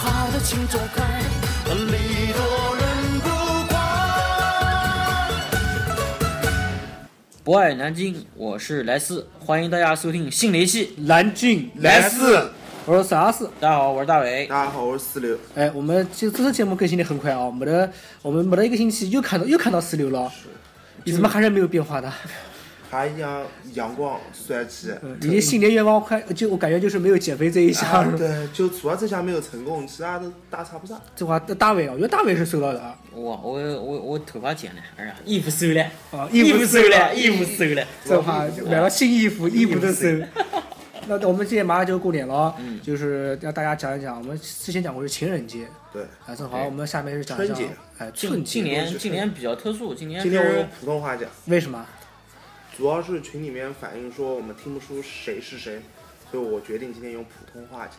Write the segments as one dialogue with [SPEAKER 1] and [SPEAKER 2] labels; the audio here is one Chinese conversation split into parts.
[SPEAKER 1] 门总开，礼多人不怪。
[SPEAKER 2] 博爱南京，我是莱斯，欢迎大家收听新的一期。
[SPEAKER 3] 蓝俊，
[SPEAKER 4] 来四，
[SPEAKER 3] 我说啥事？
[SPEAKER 2] 大家好，我是大伟。
[SPEAKER 4] 大家好，我是四六，
[SPEAKER 3] 哎，我们这这次节目更新的很快啊，没得，我们没得一个星期又看到又看到四六了，你怎么还是没有变化的？
[SPEAKER 4] 还一样阳光帅气。
[SPEAKER 3] 嗯你的新年愿望快就我感觉就是没有减肥这一
[SPEAKER 4] 啊
[SPEAKER 3] 项，，
[SPEAKER 4] 对，就除了这项没有成功，其他的大差不差。
[SPEAKER 3] 这话大伟啊，我觉得大伟是收到的啊，
[SPEAKER 2] 我我我我头发剪了，哎呀，衣服收了，
[SPEAKER 3] 啊
[SPEAKER 2] 衣服收了，
[SPEAKER 3] 衣
[SPEAKER 2] 衣
[SPEAKER 3] 服
[SPEAKER 2] 服收了。
[SPEAKER 3] 这话就买了新衣服，衣服都收。 那我们今天马上就过年了啊，就是让大家讲一讲，我们之前讲过是情人节，
[SPEAKER 4] 对，
[SPEAKER 3] 啊，正好我们下面是讲一讲
[SPEAKER 4] 春节，
[SPEAKER 3] 哎，
[SPEAKER 2] 今
[SPEAKER 3] 春节
[SPEAKER 2] 今年今年比较特殊，嗯今年
[SPEAKER 4] 今天我用
[SPEAKER 2] 是
[SPEAKER 4] 普通话讲，
[SPEAKER 3] 为什么？
[SPEAKER 4] 主要是群里面反映说我们听不出谁是谁，所以我决定今天用普通话讲。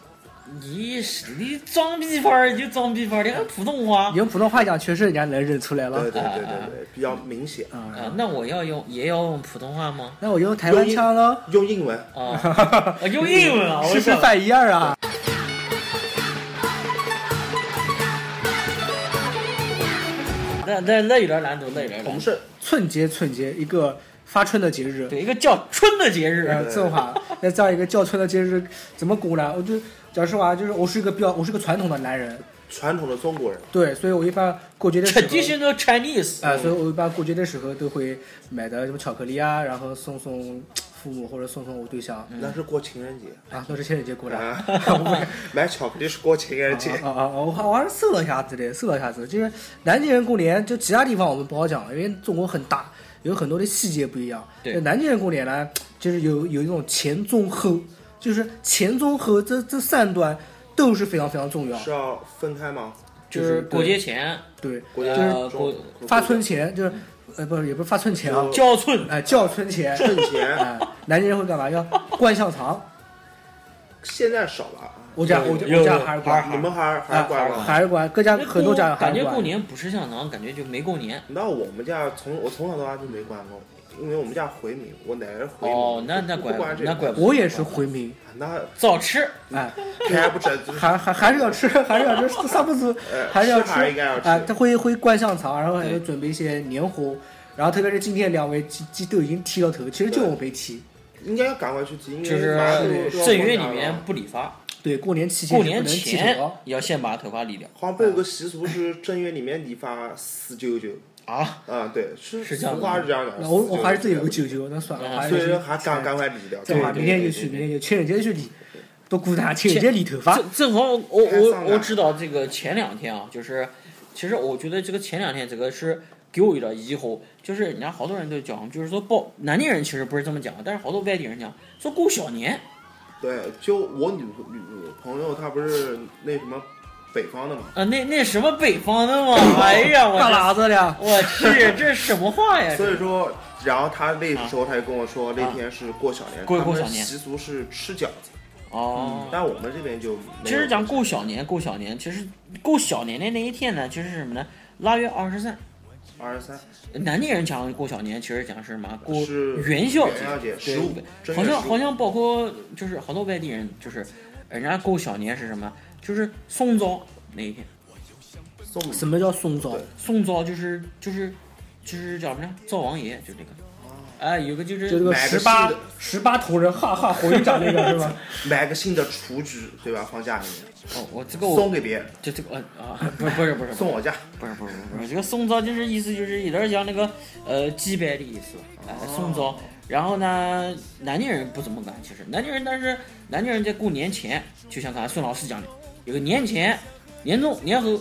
[SPEAKER 2] 你是你装逼法儿你就装逼法儿，你还 普通话
[SPEAKER 3] 你用普通话讲，确实人家能认出来了
[SPEAKER 4] 对。对对对
[SPEAKER 3] 嗯
[SPEAKER 4] 对，比较明显。
[SPEAKER 2] 啊？那我要用也要用普通话吗？
[SPEAKER 3] 那我用台湾腔喽，
[SPEAKER 4] 用英文，
[SPEAKER 2] 啊，我用英文啊，我
[SPEAKER 3] 是不是
[SPEAKER 2] 说
[SPEAKER 3] 反一样啊？
[SPEAKER 2] 那那那有点难度，那有点
[SPEAKER 4] 我
[SPEAKER 2] 难度。
[SPEAKER 4] 们是
[SPEAKER 3] 春节，春节一个发春的节日，
[SPEAKER 2] 对，一个叫春的节日
[SPEAKER 3] 呃，这种话，那这样一个叫春的节日怎么过呢？我就讲实话，就是我是一个比较，我是一个传统的男人，
[SPEAKER 4] 传统的中国人，
[SPEAKER 3] 对，所以我一般过节的时候，
[SPEAKER 2] ，traditional Chinese。
[SPEAKER 3] 啊、所以我一般过节的时候都会买的什么巧克力啊，然后送送父母或者送送我对象。
[SPEAKER 4] 那是过情人节
[SPEAKER 3] 啊，都是情人节过来。
[SPEAKER 4] 啊， 买巧克力是过情人节。
[SPEAKER 3] 啊啊啊！我还我还是搜了一下子的，搜了一下子，就是南京人过年，就其他地方我们不好讲了，因为中国很大，有很多的细节不一样。
[SPEAKER 2] 对
[SPEAKER 3] 就南京人过年呢，就是有有一种前中后，就是前中后这这三段都是非常非常重要
[SPEAKER 4] 是。要分开吗？
[SPEAKER 2] 就是过节前，
[SPEAKER 3] 对，
[SPEAKER 4] 过节
[SPEAKER 3] 就是
[SPEAKER 2] 呃过
[SPEAKER 4] 中
[SPEAKER 3] 发春前，就是呃不是也不是发春前啊，
[SPEAKER 4] 就
[SPEAKER 2] 交春，
[SPEAKER 3] 哎叫春前，
[SPEAKER 4] 春节，
[SPEAKER 3] 哎南京人会干嘛？要灌香肠。
[SPEAKER 4] 现在少了啊。
[SPEAKER 3] 我家我家我家还是灌，
[SPEAKER 4] 你们还是还
[SPEAKER 3] 哎
[SPEAKER 4] 是乖吗？
[SPEAKER 3] 还是灌，各家很多家长还
[SPEAKER 2] 感
[SPEAKER 3] 是
[SPEAKER 2] 觉
[SPEAKER 3] 灌
[SPEAKER 2] 过。年不吃香肠，感觉就没过年。
[SPEAKER 4] 那我们家从我从小到大就没关过，因为我们家回民，我奶奶是回民。
[SPEAKER 2] 哦那那怪
[SPEAKER 4] 不管
[SPEAKER 2] 不
[SPEAKER 4] 这个啊
[SPEAKER 2] 那怪不
[SPEAKER 3] 我也是回民，
[SPEAKER 4] 那
[SPEAKER 2] 早吃，
[SPEAKER 3] 哎，
[SPEAKER 4] 还不整，就是
[SPEAKER 3] 还还还是要吃， 还是要吃，三不足
[SPEAKER 4] 呃，
[SPEAKER 3] 还是要吃
[SPEAKER 4] 吃还是应该要吃
[SPEAKER 3] 啊！他会会灌香肠，然后还
[SPEAKER 2] 对
[SPEAKER 3] 会准备一些年货，然后特别是今天两位鸡鸡都已经剃了头，其实就我没剃。
[SPEAKER 4] 应该要赶快去集，因为
[SPEAKER 2] 就是
[SPEAKER 4] 马上就就要
[SPEAKER 2] 正月
[SPEAKER 4] 过
[SPEAKER 2] 里
[SPEAKER 4] 年了
[SPEAKER 2] 面不理发，
[SPEAKER 3] 对，过年期间
[SPEAKER 2] 过
[SPEAKER 3] 是
[SPEAKER 2] 年
[SPEAKER 3] 不能剃
[SPEAKER 2] 前
[SPEAKER 3] 头的
[SPEAKER 2] 要先把头发理掉
[SPEAKER 4] 好像不有个习俗是正月里面理发四九九
[SPEAKER 2] 啊。
[SPEAKER 4] 啊，对，是
[SPEAKER 2] 是这样的
[SPEAKER 4] 俗话是这样的。
[SPEAKER 3] 那我我还是自己有个
[SPEAKER 4] 九，
[SPEAKER 3] 舅舅，那算了，
[SPEAKER 2] 嗯
[SPEAKER 3] 我还
[SPEAKER 4] 所
[SPEAKER 3] 是
[SPEAKER 4] 以
[SPEAKER 3] 去
[SPEAKER 4] 还赶赶快理掉。
[SPEAKER 3] 正好
[SPEAKER 2] 对
[SPEAKER 3] 明天就
[SPEAKER 2] 对
[SPEAKER 3] 去，
[SPEAKER 2] 对
[SPEAKER 3] 明天就情人节去理，多孤单，情人节理头
[SPEAKER 4] 啊
[SPEAKER 3] 发。
[SPEAKER 2] 正正好我我
[SPEAKER 4] 太
[SPEAKER 2] 我
[SPEAKER 4] 丧了
[SPEAKER 2] 我知道这个前两天啊，就是其实我觉得这个前两天这个是给我有点疑惑，就是人家好多人都讲，就是说报南京人其实不是这么讲，但是好多外地人讲说过小年，
[SPEAKER 4] 对，就我女女朋友她不是那什么北方的嘛，
[SPEAKER 2] 啊，那那什么北方的嘛，哎呀，我
[SPEAKER 3] 干
[SPEAKER 2] 这
[SPEAKER 3] 喇子的，
[SPEAKER 2] 我去，这是什么话呀？
[SPEAKER 4] 所以说，然后她那时候她就跟我说，那天是过小年，
[SPEAKER 2] 过
[SPEAKER 4] 他
[SPEAKER 2] 过
[SPEAKER 4] 们
[SPEAKER 2] 小年
[SPEAKER 4] 习俗是吃饺子，
[SPEAKER 2] 哦，
[SPEAKER 4] 但我们这边就没有
[SPEAKER 2] 其实讲过小年，过小年，其实过小年的那一天呢，其实是什么呢？腊月二十三，
[SPEAKER 4] 二十三
[SPEAKER 2] 南京人讲过小年，其实讲是什么？过
[SPEAKER 4] 是
[SPEAKER 2] 元宵
[SPEAKER 4] 元宵节
[SPEAKER 2] 对
[SPEAKER 4] 15正
[SPEAKER 2] 好
[SPEAKER 4] 月
[SPEAKER 2] 像
[SPEAKER 4] 15
[SPEAKER 2] 好像包括就是好多外地人，就是人家过小年是什么？就是送灶那一天，
[SPEAKER 4] 送
[SPEAKER 3] 什么叫松枣
[SPEAKER 4] 对？
[SPEAKER 2] 送灶就是就是就是叫什么呢？灶王爷，就这个。
[SPEAKER 4] 哦
[SPEAKER 2] 哎，有个就是
[SPEAKER 3] 就这个
[SPEAKER 4] 买
[SPEAKER 3] 十
[SPEAKER 4] 个
[SPEAKER 3] 八
[SPEAKER 4] 新的
[SPEAKER 3] 十八铜人，哈哈，火影长那个是 吧？
[SPEAKER 4] 买个新的厨具，对吧？放家里面，
[SPEAKER 2] 哦，我这个我
[SPEAKER 4] 送给别人，
[SPEAKER 2] 就这个呃啊，不是不是不是
[SPEAKER 4] 送我家。
[SPEAKER 2] 不是不是不是，这个送灶就是意思就是有点像那个呃祭拜的意思，哎、送灶。
[SPEAKER 3] 哦
[SPEAKER 2] 然后呢，南京人不怎么干，其实南京人，但是南京人在过年前，就像刚才孙老师讲的，有个年前、年中、年后，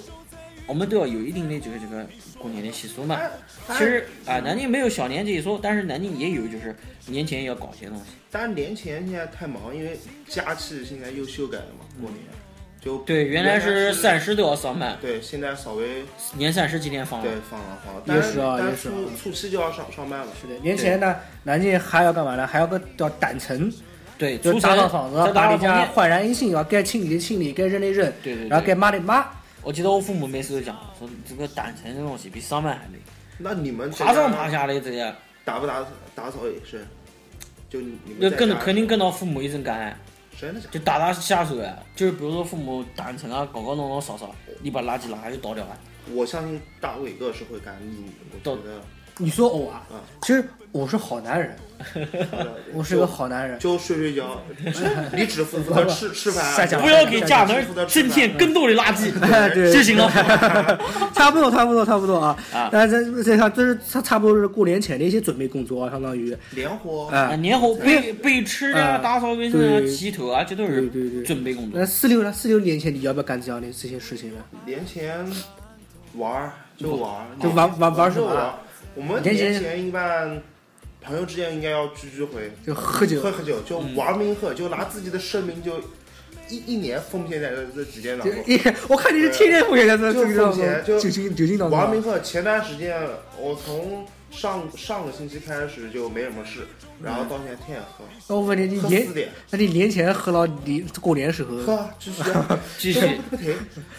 [SPEAKER 2] 我们都要有一定的这个这个过年的习俗嘛。啊其实啊、南京没有小年这一说，但是南京也有，就是年前要搞些东西。
[SPEAKER 4] 但年前现在太忙，因为假期现在又修改了嘛，过年就
[SPEAKER 2] 嗯对，原来是三
[SPEAKER 4] 十，
[SPEAKER 2] 十都要上班，
[SPEAKER 4] 对，现在稍微
[SPEAKER 2] 年三十几天放
[SPEAKER 4] 对放了放了，
[SPEAKER 3] 也是啊
[SPEAKER 4] 但
[SPEAKER 3] 也
[SPEAKER 4] 但
[SPEAKER 3] 是啊
[SPEAKER 4] 初初七就要上上班了，
[SPEAKER 3] 是的，年前呢，南京还要干嘛呢？还要个叫掸尘。
[SPEAKER 2] 对，
[SPEAKER 3] 就
[SPEAKER 2] 初
[SPEAKER 3] 打
[SPEAKER 2] 三
[SPEAKER 3] 扫房子
[SPEAKER 2] 再，打扫
[SPEAKER 3] 把你家
[SPEAKER 2] 房间
[SPEAKER 3] 焕然一新啊，该清理的清理，该扔的扔，
[SPEAKER 2] 对对对
[SPEAKER 3] 然后该骂的骂。
[SPEAKER 2] 我记得我父母每次都讲说，这个掸尘这东西比上班还累。
[SPEAKER 4] 那你们在
[SPEAKER 2] 爬上
[SPEAKER 4] 家
[SPEAKER 2] 爬下的这些，
[SPEAKER 4] 打不打打扫也是，就你们
[SPEAKER 2] 那
[SPEAKER 4] 在
[SPEAKER 2] 跟
[SPEAKER 4] 家
[SPEAKER 2] 肯定跟到父母一阵干。
[SPEAKER 4] 真的假
[SPEAKER 2] 就
[SPEAKER 4] 的？
[SPEAKER 2] 打打下手啊，就是比如说父母打成啊，搞搞弄弄烧烧，你把垃圾拿下就倒掉啊。
[SPEAKER 4] 我相信大伟哥是会干逆女的，我觉得
[SPEAKER 3] 你说我啊
[SPEAKER 4] 嗯，
[SPEAKER 3] 其实我是好男人， 我是个好男人。
[SPEAKER 4] 就睡睡 觉，你只负责吃吃饭，啊
[SPEAKER 3] 瞎讲
[SPEAKER 2] 不要给家人增
[SPEAKER 4] 骗
[SPEAKER 2] 添更多的垃圾
[SPEAKER 3] 哎嗯 对
[SPEAKER 2] 就行了。
[SPEAKER 3] 差不多，差不多，差不多啊
[SPEAKER 2] 啊！
[SPEAKER 3] 那这这看，这是差差不多是过年前的一些准备工作啊，相当于，
[SPEAKER 4] 连活。
[SPEAKER 2] 啊，
[SPEAKER 3] 哎，
[SPEAKER 2] 年后备备吃啊、
[SPEAKER 3] 嗯
[SPEAKER 2] 打扫卫生啊、
[SPEAKER 3] 对
[SPEAKER 2] 洗头啊，这都是
[SPEAKER 3] 对对对嗯
[SPEAKER 2] 准备工作
[SPEAKER 3] 那。四六呢？四六年前你要不要干这样的这些事情呢？
[SPEAKER 4] 年前玩儿就玩儿，
[SPEAKER 3] 就玩玩玩什么
[SPEAKER 4] 就玩
[SPEAKER 3] 啊
[SPEAKER 4] 儿？我们
[SPEAKER 3] 年
[SPEAKER 4] 年
[SPEAKER 3] 前
[SPEAKER 4] 前一般朋友之间应该要聚聚会，
[SPEAKER 3] 就喝酒
[SPEAKER 4] 喝，喝酒，嗯就玩命喝，就拿自己的生命就一一年奉献在这这几件当
[SPEAKER 3] 就
[SPEAKER 4] 中。
[SPEAKER 3] 一我看你是天天付给他这
[SPEAKER 4] 就
[SPEAKER 3] 这个
[SPEAKER 4] 付钱
[SPEAKER 3] 酒
[SPEAKER 4] 就
[SPEAKER 3] 精酒精当中
[SPEAKER 4] 玩
[SPEAKER 3] 啊
[SPEAKER 4] 命喝，前段时间我从上上个星期开始就没什么事，然后到现在天天喝，
[SPEAKER 3] 那我问你，你
[SPEAKER 4] 喝
[SPEAKER 3] 年
[SPEAKER 4] 四点
[SPEAKER 3] 那你年前喝到你过年时候？
[SPEAKER 4] 喝继续啊
[SPEAKER 2] 继
[SPEAKER 4] 就
[SPEAKER 2] 续
[SPEAKER 4] 不不停，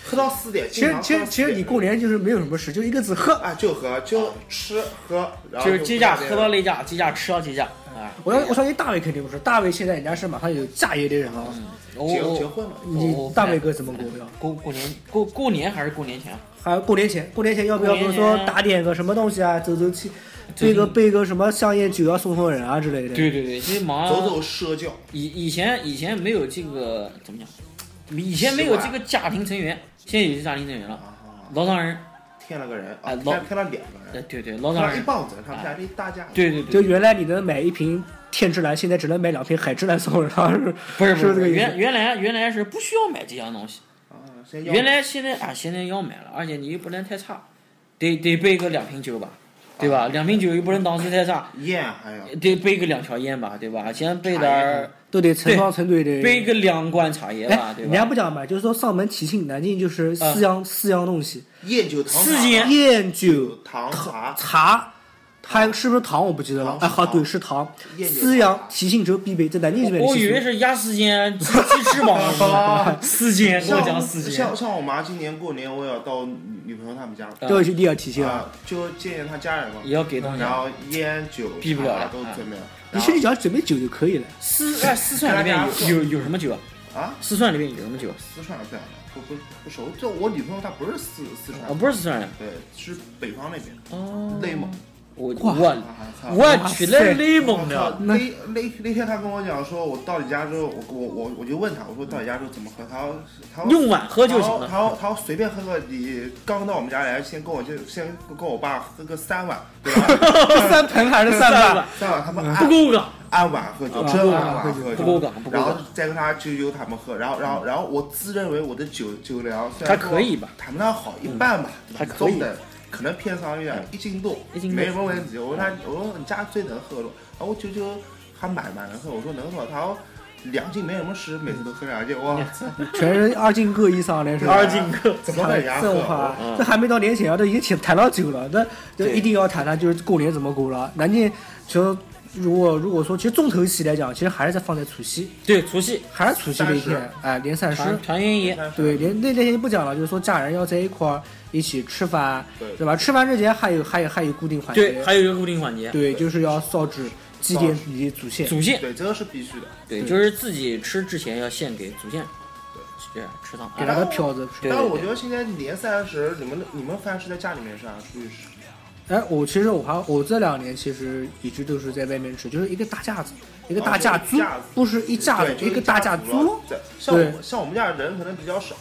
[SPEAKER 4] 喝到四点。
[SPEAKER 3] 其
[SPEAKER 4] 经
[SPEAKER 3] 实
[SPEAKER 4] 常喝
[SPEAKER 3] 其
[SPEAKER 4] 到
[SPEAKER 3] 实
[SPEAKER 4] 四
[SPEAKER 3] 其实
[SPEAKER 4] 点
[SPEAKER 3] 你过年就是没有什么事，就一个字喝。
[SPEAKER 4] 啊就喝就吃喝，然后
[SPEAKER 2] 就是节假喝到
[SPEAKER 4] 了。
[SPEAKER 2] 累假，节假吃到节假啊。
[SPEAKER 3] 嗯我要我相信大伟肯定不是，大伟现在人家是马上有嫁业的人了。啊
[SPEAKER 2] 我
[SPEAKER 4] 结结
[SPEAKER 2] 我
[SPEAKER 4] 婚了，
[SPEAKER 3] 你
[SPEAKER 2] 我
[SPEAKER 3] 大伟哥怎么过不了？
[SPEAKER 2] 过过年过过年还是过年前啊？
[SPEAKER 3] 还有过年前，过年前要不要比
[SPEAKER 2] 过
[SPEAKER 3] 如说
[SPEAKER 2] 年前
[SPEAKER 3] 打点个什么东西啊，走走气，
[SPEAKER 2] 最
[SPEAKER 3] 备
[SPEAKER 2] 近
[SPEAKER 3] 个备个什么香烟酒啊，送送人啊之类的。
[SPEAKER 2] 对对对，其实忙
[SPEAKER 4] 走走社交。
[SPEAKER 2] 以以前以前没有这个怎么讲？以前没有
[SPEAKER 4] 习
[SPEAKER 2] 这
[SPEAKER 4] 惯
[SPEAKER 2] 个家庭成员，现在有这家庭成员了。
[SPEAKER 4] 啊，
[SPEAKER 2] 老丈人，
[SPEAKER 4] 添了个人啊，
[SPEAKER 2] 哎
[SPEAKER 4] 添
[SPEAKER 2] 老
[SPEAKER 4] 添了两个
[SPEAKER 2] 呃，
[SPEAKER 4] 人，
[SPEAKER 2] 对对，老
[SPEAKER 4] 添
[SPEAKER 2] 丈
[SPEAKER 4] 了一
[SPEAKER 2] 人，
[SPEAKER 4] 棒子，他们家这一大家子，
[SPEAKER 2] 对对
[SPEAKER 3] 就
[SPEAKER 2] 对，
[SPEAKER 3] 原来你能买一瓶天之蓝，现在只能买两瓶海之蓝送人了，是
[SPEAKER 2] 不是不
[SPEAKER 3] 是
[SPEAKER 2] 是
[SPEAKER 3] 这
[SPEAKER 2] 不
[SPEAKER 3] 个
[SPEAKER 2] 是，
[SPEAKER 3] 意
[SPEAKER 2] 原
[SPEAKER 3] 思。
[SPEAKER 2] 原来原来是不需要买这样东西，
[SPEAKER 4] 啊，现在要
[SPEAKER 2] 原来现在啊现在要买了，而且你又不能太差，得得备个两瓶酒吧，
[SPEAKER 3] 啊
[SPEAKER 2] 对吧？两瓶酒又不能档次太差，
[SPEAKER 4] 烟啊哎还有
[SPEAKER 2] 得备个两条烟吧，对吧？先备点
[SPEAKER 4] 茶
[SPEAKER 2] 儿，
[SPEAKER 3] 都得成双成对的。
[SPEAKER 2] 备个两罐茶叶吧
[SPEAKER 3] 哎，，
[SPEAKER 2] 对
[SPEAKER 3] 人家
[SPEAKER 2] 吧？嗯
[SPEAKER 3] 不讲嘛，就是说上门提亲，南京就是四样四样东西：
[SPEAKER 4] 烟酒糖
[SPEAKER 2] 四斤
[SPEAKER 3] 烟、酒、
[SPEAKER 4] 糖茶
[SPEAKER 3] 茶，还有是不是糖我不记得了。
[SPEAKER 4] 糖是
[SPEAKER 3] 哎，好，
[SPEAKER 4] 糖
[SPEAKER 3] 对，是糖。
[SPEAKER 4] 烟酒
[SPEAKER 3] 四样
[SPEAKER 4] 茶
[SPEAKER 3] 提醒者必备，在南京这边的
[SPEAKER 2] 我以
[SPEAKER 3] 习
[SPEAKER 2] 为
[SPEAKER 3] 俗。
[SPEAKER 2] 是鸭四 斤、鸡鸡翅膀什么的，四斤，跟我讲四斤，
[SPEAKER 4] 像像我妈今年过年，我也要到女女朋友他们家，
[SPEAKER 3] 都要去第二提亲啊！
[SPEAKER 4] 啊，就见见她家人嘛
[SPEAKER 2] 也，要给东西
[SPEAKER 4] 然。后烟酒
[SPEAKER 2] 避不了
[SPEAKER 4] 茶
[SPEAKER 2] 了嗯
[SPEAKER 4] 都准备了，
[SPEAKER 3] 你
[SPEAKER 4] 然
[SPEAKER 3] 去
[SPEAKER 4] 后
[SPEAKER 3] 你只要准备酒 就可以了。
[SPEAKER 2] 四哎四川那边有有有什么酒啊？
[SPEAKER 4] 啊，
[SPEAKER 2] 四川那边有什么酒？
[SPEAKER 4] 四川人不晓得，不不不熟，就我女朋友她不是四四川
[SPEAKER 2] 啊，，不是四川人，
[SPEAKER 4] 对，是北方那边，
[SPEAKER 2] 哦，
[SPEAKER 4] 内蒙，
[SPEAKER 2] 我
[SPEAKER 3] 哇
[SPEAKER 2] 我
[SPEAKER 4] 啊操
[SPEAKER 2] 我去
[SPEAKER 3] 哇塞
[SPEAKER 2] 了内
[SPEAKER 4] 我
[SPEAKER 2] 蒙
[SPEAKER 4] 靠
[SPEAKER 2] 了，
[SPEAKER 4] 那那那天他跟我讲说，我到你家之后，我我我我就问他，我说到你家之后怎么喝？他要他要
[SPEAKER 2] 用碗喝就行了。
[SPEAKER 4] 他要他要随便喝个，你刚到我们家来，先跟我先先跟我爸喝个三碗，对吧？
[SPEAKER 3] 三盆还是
[SPEAKER 2] 三
[SPEAKER 3] 碗？
[SPEAKER 2] 碗
[SPEAKER 4] 三碗 他哎们
[SPEAKER 2] 不
[SPEAKER 4] 按
[SPEAKER 2] 够的，
[SPEAKER 4] 按碗喝酒，
[SPEAKER 3] 啊
[SPEAKER 4] 真按碗喝
[SPEAKER 2] 不
[SPEAKER 4] 酒，
[SPEAKER 2] 够的，不够
[SPEAKER 4] 然后
[SPEAKER 2] 的。
[SPEAKER 4] 再跟他舅舅他们喝，然后然后然后我自认为我的酒酒量虽
[SPEAKER 2] 还
[SPEAKER 4] 然
[SPEAKER 2] 可以吧，
[SPEAKER 4] 谈不上好，一般吧，
[SPEAKER 2] 还可以嗯
[SPEAKER 4] 中等，可能偏上一点，一斤多，
[SPEAKER 2] 一斤多嗯
[SPEAKER 4] 没什么问题。我说他，我说你家最能喝了，然后我舅舅还蛮蛮能喝，我说能喝，他说两斤没什么事，每次都喝两斤，哇，
[SPEAKER 3] 全是二进各以上的，是吧？
[SPEAKER 2] 嗯二 进克
[SPEAKER 4] 怎么给人家
[SPEAKER 3] 这
[SPEAKER 4] 喝？
[SPEAKER 3] 种话
[SPEAKER 2] 嗯，
[SPEAKER 3] 这还没到年前啊，都已经谈谈到酒了，那就
[SPEAKER 2] 对
[SPEAKER 3] 一定要谈谈，就是过年怎么过了。南京其实如果如果说，其实重头戏来讲，其实还是在放在除夕，
[SPEAKER 2] 对，除夕
[SPEAKER 3] 还是除夕那一天
[SPEAKER 4] 三，
[SPEAKER 3] 哎，连三十。
[SPEAKER 2] 团团圆夜，
[SPEAKER 4] 但是
[SPEAKER 3] 对，连那那天就不讲了，就是说家人要在一块儿一起吃饭，啊
[SPEAKER 4] 对
[SPEAKER 3] 对吧？吃饭之前还有还有还有固定环
[SPEAKER 2] 对，
[SPEAKER 3] 节，
[SPEAKER 2] 还有一个固定环节，
[SPEAKER 3] 对，就是要烧纸祭奠自己的祖先。
[SPEAKER 2] 祖先，
[SPEAKER 4] 对，这个是必须的。
[SPEAKER 2] 对，
[SPEAKER 3] 对
[SPEAKER 2] 就是自己吃之前要献给祖先，对，吃糖
[SPEAKER 3] 给
[SPEAKER 2] 啊，
[SPEAKER 3] 他个票子。
[SPEAKER 2] 对
[SPEAKER 4] 但是我觉得现在年三十，你们你们饭是在家里面吃啊，出去吃？
[SPEAKER 3] 哎，我其实我还我这两年其实一直都是在外面吃，就是一个大架子，一个大架租
[SPEAKER 4] 哦一个架子，
[SPEAKER 3] 不是一架子
[SPEAKER 4] 对，，就
[SPEAKER 3] 一
[SPEAKER 4] 是
[SPEAKER 3] 个大架
[SPEAKER 4] 族了
[SPEAKER 3] 租。
[SPEAKER 4] 对，像我
[SPEAKER 3] 对嗯
[SPEAKER 4] 们像我们家人可能比较少，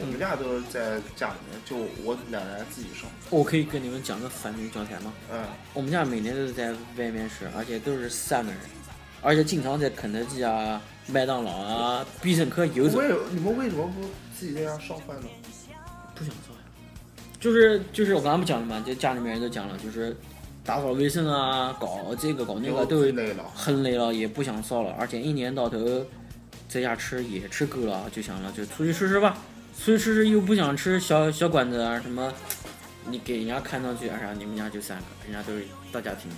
[SPEAKER 4] 我们家都是在家里面，就我奶奶自己烧。
[SPEAKER 2] 我可以跟你们讲个反面教材吗？
[SPEAKER 4] 嗯，
[SPEAKER 2] 我们家每年都是在外面吃，而且都是三个人，而且经常在肯德基啊、麦当劳啊、必胜客游走
[SPEAKER 4] 为。你们为什么不自己在家烧饭呢？
[SPEAKER 2] 不想做呀。就是就是我刚才不讲了嘛，就家里面人都讲了，就是打扫卫生啊，搞这个搞那个都
[SPEAKER 4] 都累了。
[SPEAKER 2] 很累了，也不想烧了，而且一年到头在家吃也吃够了，就想了就出去吃吃吧，出去吃吃又不想吃小小馆子啊什么，你给人家看上去，哎呀，你们家就三个，人家都是大家庭，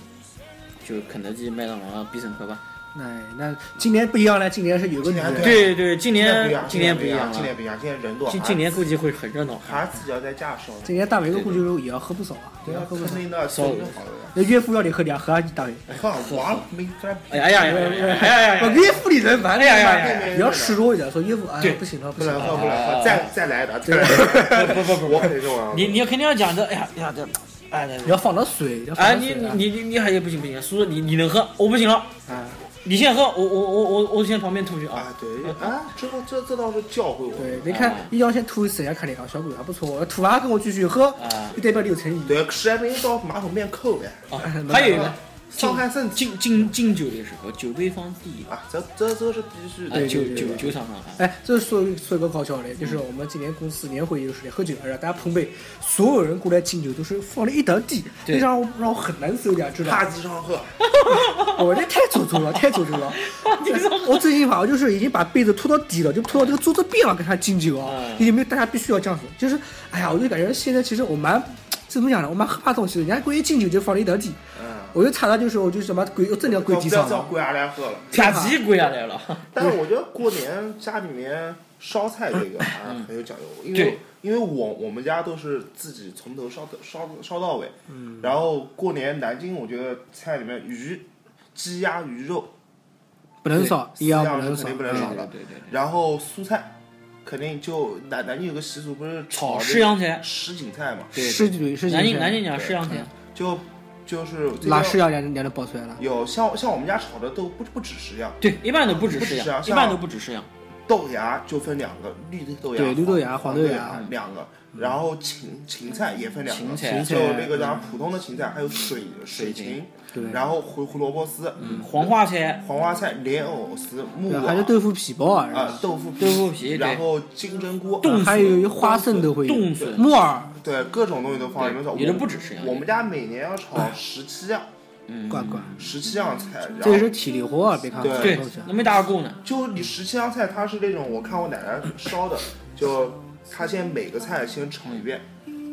[SPEAKER 2] 就肯德基、麦当劳、必胜客吧，
[SPEAKER 3] 哎，那今年不一样了，今年是有个女
[SPEAKER 4] 今年
[SPEAKER 3] 的，
[SPEAKER 4] 对
[SPEAKER 2] 对对，今
[SPEAKER 4] 年不一
[SPEAKER 2] 年
[SPEAKER 4] 样，
[SPEAKER 2] 今
[SPEAKER 4] 年
[SPEAKER 2] 不
[SPEAKER 4] 不
[SPEAKER 2] 一
[SPEAKER 4] 样，
[SPEAKER 2] 样
[SPEAKER 4] 今
[SPEAKER 2] 了，
[SPEAKER 4] 不一样，今年人多，
[SPEAKER 2] 今今年估计会很热闹。
[SPEAKER 4] 孩子只要在家烧，
[SPEAKER 3] 今年大伟哥估计说也要喝不少啊，
[SPEAKER 4] 对
[SPEAKER 3] 也
[SPEAKER 4] 啊
[SPEAKER 3] 要，
[SPEAKER 4] 可
[SPEAKER 3] 喝不少。
[SPEAKER 4] 是那
[SPEAKER 2] 烧
[SPEAKER 4] 烧就好了。
[SPEAKER 3] 那岳父要你喝点，喝啊，大伟。
[SPEAKER 4] 好， 完了，没咱
[SPEAKER 2] 哎呀呀呀呀呀呀
[SPEAKER 3] 我
[SPEAKER 2] 呀！
[SPEAKER 3] 岳父里人完了
[SPEAKER 2] 哎呀呀呀
[SPEAKER 4] 哎呀
[SPEAKER 3] 你要示弱一点，说岳父，哎
[SPEAKER 2] 对
[SPEAKER 3] 呀，不行了，
[SPEAKER 4] 不
[SPEAKER 3] 不行
[SPEAKER 4] 能
[SPEAKER 3] 了，
[SPEAKER 4] 喝，不能喝，再再来一点，再来一点，
[SPEAKER 2] 啊 不不不
[SPEAKER 4] 我很
[SPEAKER 2] 不，
[SPEAKER 4] 重要。
[SPEAKER 2] 你你肯定要讲这，哎呀哎呀这，哎
[SPEAKER 3] 你要放点水，要放
[SPEAKER 2] 哎
[SPEAKER 3] 点
[SPEAKER 2] 你
[SPEAKER 3] 水啊。
[SPEAKER 2] 你你你还不行不行，叔叔你你能喝，我不行了，
[SPEAKER 3] 啊，
[SPEAKER 2] 你先喝，我我我我我先旁边吐去啊。
[SPEAKER 4] 啊，对，啊，这个这这倒是教会我，
[SPEAKER 3] 对，你看一阳先吐一次，人家看你啊，小鬼还不错，吐完跟我继续喝
[SPEAKER 2] 啊，
[SPEAKER 3] 就代表你有诚意。
[SPEAKER 4] 对，实在没到马桶边扣呗，
[SPEAKER 2] 啊，还有一个
[SPEAKER 4] 伤害身体
[SPEAKER 2] 敬敬敬酒的时候，酒杯放地，
[SPEAKER 4] 啊，这这这是必须
[SPEAKER 2] 啊
[SPEAKER 4] 的。
[SPEAKER 2] 酒酒酒场上啊，
[SPEAKER 3] 哎，这是说说一个搞笑的，就是我们今年公司年会就是喝酒，让大家碰杯，所有人过来敬酒都是放了一点地，
[SPEAKER 2] 对
[SPEAKER 3] 这让我让我很难受的，知道
[SPEAKER 4] 啪
[SPEAKER 3] 吗？
[SPEAKER 4] 叽上喝，
[SPEAKER 3] 我这太做作了，太做作 了。我最近吧，我就是已经把被子拖到底了，就拖到这个桌子边了，跟他敬酒啊
[SPEAKER 2] 嗯。
[SPEAKER 3] 因为大家必须要这样子，就是哎呀，我就感觉现在其实我蛮怎么讲呢？我蛮怕这种习俗，人家关于敬酒就放了一点地，
[SPEAKER 4] 嗯，
[SPEAKER 3] 我就差他就是我就是什么跪，我真的要跪地
[SPEAKER 4] 不要
[SPEAKER 3] 上
[SPEAKER 4] 叫
[SPEAKER 3] 了。
[SPEAKER 4] 跪下来喝了。
[SPEAKER 2] 卡机跪下来了。
[SPEAKER 4] 但是我觉得过年家里面烧菜这个还是很有讲究，因为
[SPEAKER 2] 对
[SPEAKER 4] 因为我我们家都是自己从头烧到烧烧到尾，嗯，然后过年南京我觉得菜里面鱼、鸡鸭鱼肉，
[SPEAKER 3] 不能少，一样
[SPEAKER 4] 样
[SPEAKER 3] 不能
[SPEAKER 4] 是
[SPEAKER 3] 少
[SPEAKER 4] 肯定。不能
[SPEAKER 2] 对
[SPEAKER 4] 少
[SPEAKER 2] 对
[SPEAKER 4] 的，
[SPEAKER 2] 对 对，
[SPEAKER 4] 然后蔬菜肯定就南南京有个习俗不是
[SPEAKER 2] 炒
[SPEAKER 4] 那个
[SPEAKER 2] 十香菜，
[SPEAKER 4] 什锦菜嘛，
[SPEAKER 2] 对
[SPEAKER 3] 是酒是酒
[SPEAKER 2] 南京南京讲十香菜，
[SPEAKER 4] 就就是这
[SPEAKER 3] 拉
[SPEAKER 4] 个
[SPEAKER 3] 屎要啊两两能爆出来了。
[SPEAKER 4] 有像像我们家炒的都不不止十样，
[SPEAKER 2] 对，一般都不止十
[SPEAKER 4] 不止啊
[SPEAKER 2] 样，一
[SPEAKER 4] 像
[SPEAKER 2] 般都不止十样。
[SPEAKER 4] 豆芽就分两个，绿豆芽，
[SPEAKER 3] 对绿豆芽
[SPEAKER 4] 黄
[SPEAKER 3] 黄豆
[SPEAKER 4] 芽
[SPEAKER 3] 芽
[SPEAKER 4] 两个，然后芹芹菜也分两
[SPEAKER 2] 芹
[SPEAKER 4] 个，
[SPEAKER 2] 菜
[SPEAKER 3] 芹
[SPEAKER 4] 就
[SPEAKER 3] 菜
[SPEAKER 4] 那个叫普通的芹菜，还有水水芹，
[SPEAKER 3] 对
[SPEAKER 4] 然后胡胡萝卜丝、
[SPEAKER 2] 黄花菜、
[SPEAKER 4] 黄花菜、莲藕丝、木
[SPEAKER 3] 对，
[SPEAKER 4] 耳
[SPEAKER 3] 还有豆腐皮包啊，
[SPEAKER 4] 啊豆腐
[SPEAKER 2] 豆腐皮对
[SPEAKER 4] 然后金针菇，啊
[SPEAKER 3] 然后
[SPEAKER 2] 冻
[SPEAKER 3] 还有一花生都会有，
[SPEAKER 2] 冻笋
[SPEAKER 3] 木耳，
[SPEAKER 4] 对各种东西都放里面炒，
[SPEAKER 2] 有的
[SPEAKER 4] 我
[SPEAKER 2] 不止十样
[SPEAKER 4] 我们家每年要炒十七样，
[SPEAKER 2] 嗯
[SPEAKER 3] 管管，
[SPEAKER 4] 十七样菜，然
[SPEAKER 3] 这也是
[SPEAKER 4] 后。
[SPEAKER 3] 体力活啊，别看
[SPEAKER 4] 对
[SPEAKER 2] 对
[SPEAKER 3] 这东西，
[SPEAKER 2] 那没打够呢。
[SPEAKER 4] 就你十七样菜，它是那种我看我奶奶烧的，就她先每个菜先炒一遍，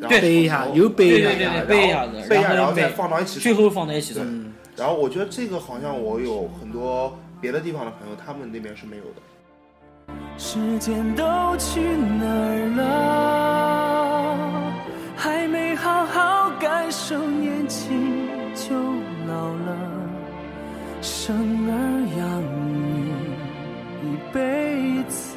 [SPEAKER 4] 然后
[SPEAKER 2] 对
[SPEAKER 3] 背一下
[SPEAKER 4] 炒熟
[SPEAKER 3] 又背
[SPEAKER 2] 对
[SPEAKER 3] 一
[SPEAKER 2] 对对
[SPEAKER 3] 下
[SPEAKER 2] 对，，
[SPEAKER 4] 背
[SPEAKER 2] 背一下子，
[SPEAKER 4] 背一下，
[SPEAKER 2] 然
[SPEAKER 4] 然
[SPEAKER 2] 后
[SPEAKER 4] 后再
[SPEAKER 2] 再
[SPEAKER 4] 放到一起
[SPEAKER 2] 最
[SPEAKER 4] 炒。
[SPEAKER 2] 后放在一起做
[SPEAKER 4] 对。然后我觉得这个好像我有很多别的地方的朋友，他们那边是没有的。
[SPEAKER 5] 时间都去哪儿了？还没好好感受年轻就老了，生儿养女一辈子，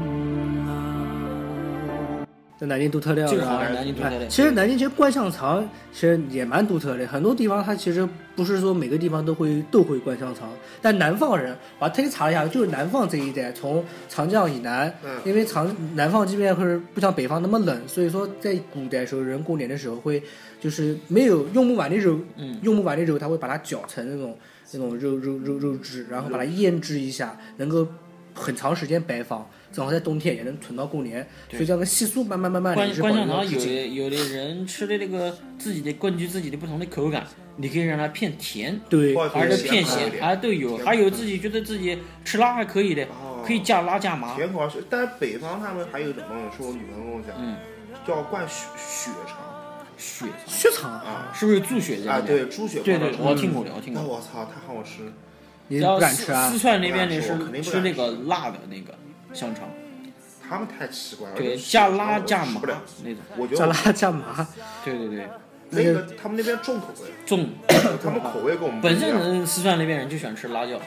[SPEAKER 5] 啊了。
[SPEAKER 3] 这南京独特料
[SPEAKER 2] 这
[SPEAKER 3] 理
[SPEAKER 2] 个好像
[SPEAKER 3] 啊
[SPEAKER 2] 是。南京独特
[SPEAKER 3] 哎
[SPEAKER 2] 的。
[SPEAKER 3] 其实南京其实灌香肠其实也蛮独特的，很多地方它其实不是说每个地方都会都会灌香肠，但南方人我还特意查了一下，就是南方这一带，从长江以南，
[SPEAKER 4] 嗯
[SPEAKER 3] 因为长南方这边会是不像北方那么冷，所以说在古代时候人过年的时候会就是没有用不完的肉，
[SPEAKER 2] 嗯
[SPEAKER 3] 用不完的肉他会把它搅成那种那种肉肉肉肉汁，然后把它腌制一下，能够很长时间摆放。正好在冬天也能存到过年，所以这样的习俗慢慢慢慢地
[SPEAKER 2] 灌
[SPEAKER 3] 一直保
[SPEAKER 2] 灌
[SPEAKER 3] 留
[SPEAKER 2] 香
[SPEAKER 3] 到
[SPEAKER 2] 肠
[SPEAKER 3] 至
[SPEAKER 2] 有
[SPEAKER 3] 今
[SPEAKER 2] 的有的人吃的那个自己的根据自己的不同的口感，你可以让它偏甜，
[SPEAKER 3] 对，
[SPEAKER 4] 或者
[SPEAKER 2] 还是偏
[SPEAKER 4] 咸口一
[SPEAKER 2] 咸，
[SPEAKER 4] 点
[SPEAKER 2] 还都有。还有自己觉得自己吃辣还可以的
[SPEAKER 4] 哦，
[SPEAKER 2] 可以加辣加麻。
[SPEAKER 4] 甜口啊是，但北方他们还有一种东西，是我女朋友跟我讲，
[SPEAKER 2] 嗯
[SPEAKER 4] 叫灌血血肠
[SPEAKER 2] 血
[SPEAKER 3] 血肠，
[SPEAKER 4] 啊
[SPEAKER 2] 是不是有猪血在
[SPEAKER 4] 啊，
[SPEAKER 2] 里面？
[SPEAKER 4] 对，猪血
[SPEAKER 2] 对
[SPEAKER 4] 灌到
[SPEAKER 2] 对，我听过的，我听
[SPEAKER 4] 那
[SPEAKER 2] 过的。
[SPEAKER 4] 我操，他喊我吃，
[SPEAKER 3] 你
[SPEAKER 2] 然后
[SPEAKER 3] 不敢
[SPEAKER 2] 四
[SPEAKER 3] 吃啊
[SPEAKER 2] 四？川那边的
[SPEAKER 4] 不敢吃
[SPEAKER 2] 是
[SPEAKER 4] 我肯定不
[SPEAKER 2] 吃
[SPEAKER 4] 敢
[SPEAKER 2] 那个
[SPEAKER 4] 吃啊
[SPEAKER 2] 辣的那个香肠，
[SPEAKER 4] 他们太奇怪了，
[SPEAKER 2] 对，
[SPEAKER 4] 就是
[SPEAKER 2] 加辣加
[SPEAKER 4] 我吃
[SPEAKER 2] 麻
[SPEAKER 4] 不了。
[SPEAKER 2] 那 种。
[SPEAKER 4] 我觉
[SPEAKER 3] 加
[SPEAKER 4] 得
[SPEAKER 3] 辣加麻，
[SPEAKER 2] 对对对，
[SPEAKER 4] 那个他们那边重口味，
[SPEAKER 2] 重
[SPEAKER 4] 他们口味跟我们不啊
[SPEAKER 2] 本
[SPEAKER 4] 一
[SPEAKER 2] 身
[SPEAKER 4] 样。
[SPEAKER 2] 人四川那边人就喜欢吃辣椒，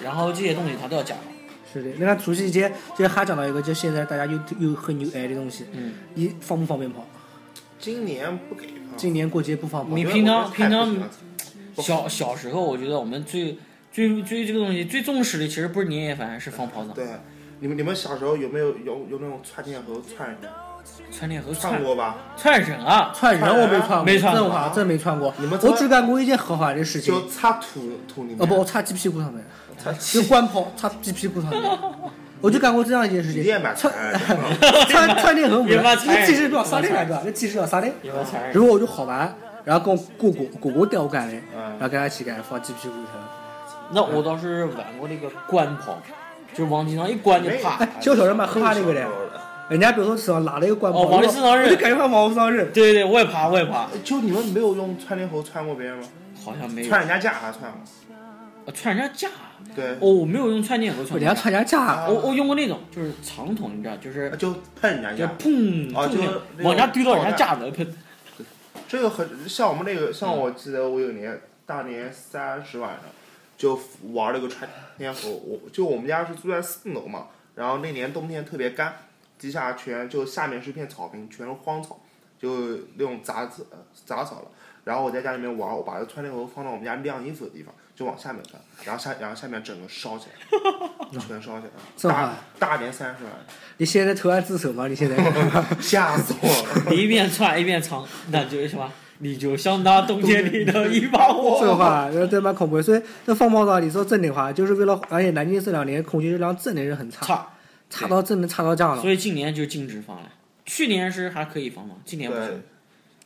[SPEAKER 2] 然后这些东西他都要加上。
[SPEAKER 3] 是的。那看除夕节，这还讲到一个，就现在大家又又很有爱的东西，
[SPEAKER 2] 嗯，
[SPEAKER 3] 你放不放鞭炮？
[SPEAKER 4] 今年不给放，
[SPEAKER 3] 今年过节不放炮
[SPEAKER 2] 你，
[SPEAKER 4] 我觉得
[SPEAKER 2] 平常
[SPEAKER 4] 我觉得太
[SPEAKER 2] 平常
[SPEAKER 4] 不行
[SPEAKER 2] 小
[SPEAKER 4] 了
[SPEAKER 2] 小时候，我觉得我们最最最这个东西最重视的，其实不是年夜饭，是放炮仗、
[SPEAKER 4] 对，你们你们小时候有没有有有那种窜天猴窜人
[SPEAKER 2] 窜天猴、
[SPEAKER 4] 窜
[SPEAKER 2] 窜
[SPEAKER 4] 过吧？
[SPEAKER 2] 窜人啊！
[SPEAKER 3] 串人我没穿过，
[SPEAKER 2] 没串过
[SPEAKER 3] 真话真没穿过。
[SPEAKER 4] 你们
[SPEAKER 3] 我只干过一件合法的事情，
[SPEAKER 4] 就擦土土里面。
[SPEAKER 3] 哦哦不，我擦鸡屁股上面，
[SPEAKER 4] 擦
[SPEAKER 3] 就灌炮擦鸡屁股上面。我就干过这样一件事
[SPEAKER 4] 你
[SPEAKER 3] 情，
[SPEAKER 4] 也蛮惨
[SPEAKER 3] 串
[SPEAKER 4] 啊，
[SPEAKER 3] 串串店很无
[SPEAKER 2] 也
[SPEAKER 3] 聊，
[SPEAKER 2] 蛮残忍
[SPEAKER 3] 这技师表啥店来着？这技师表啥店？
[SPEAKER 2] 有没有残
[SPEAKER 3] 然
[SPEAKER 2] 忍？
[SPEAKER 3] 后我就好玩，然后跟我哥哥哥哥带我干嘞，
[SPEAKER 4] 嗯
[SPEAKER 3] 然后跟他一起干，放鸡屁股头。
[SPEAKER 2] 那我倒是玩过那个关棚，就是往地上一关就
[SPEAKER 4] 没
[SPEAKER 2] 啪。
[SPEAKER 3] 哎，小小人蛮害怕那个的，人家比如说手上拿了一个管，
[SPEAKER 2] 哦往人身上
[SPEAKER 3] 我
[SPEAKER 2] 扔
[SPEAKER 3] 就感觉往往身上扔。
[SPEAKER 2] 对对，我也怕，我也怕，
[SPEAKER 4] 就你们没有用窜天猴窜过别人吗？
[SPEAKER 2] 好像没有
[SPEAKER 4] 窜人家架还窜过？
[SPEAKER 2] 呃串人家架。
[SPEAKER 4] 对，
[SPEAKER 2] 哦，我没有用串电和
[SPEAKER 3] 我
[SPEAKER 2] 串
[SPEAKER 3] 人家
[SPEAKER 2] 电，
[SPEAKER 3] 穿人家家，
[SPEAKER 2] 我我用过那种，就是长筒，你知道，就是
[SPEAKER 4] 就喷人
[SPEAKER 2] 哦就
[SPEAKER 4] 家架。
[SPEAKER 2] 砰，
[SPEAKER 4] 哦就
[SPEAKER 2] 砰
[SPEAKER 4] 是那种
[SPEAKER 2] 往人家堆到人家架子喷。
[SPEAKER 4] 这个很像我们那个，像我记得我有年大年三十晚上就玩了个穿天猴，我就我们家是住在四楼嘛，然后那年冬天特别干，地下全就下面是片草坪，全是荒草，就那种杂草呃杂草了。然后我在家里面玩，我把这穿天猴放到我们家晾衣服的地方，就往下面翻，然后下然后下面整个烧起来， 全烧起
[SPEAKER 3] 这
[SPEAKER 4] 来
[SPEAKER 3] 么
[SPEAKER 4] 了。大
[SPEAKER 3] 好
[SPEAKER 4] 大年三十晚上，
[SPEAKER 3] 你现在投案自首吗？你现在
[SPEAKER 4] 吓死我了。
[SPEAKER 2] 你一边串一边唱，那就是什么？你就像那冬天里的一把 火。
[SPEAKER 3] 这话这这蛮恐怖的。所以这放炮仗，你说正的话，就是为了，而且南京这两年恐惧质量真的是很差，
[SPEAKER 2] 差
[SPEAKER 3] 差到真的差到这样了。
[SPEAKER 2] 所以今年就禁止放了。去年是还可以放嘛，今年不
[SPEAKER 4] 对
[SPEAKER 2] 行，，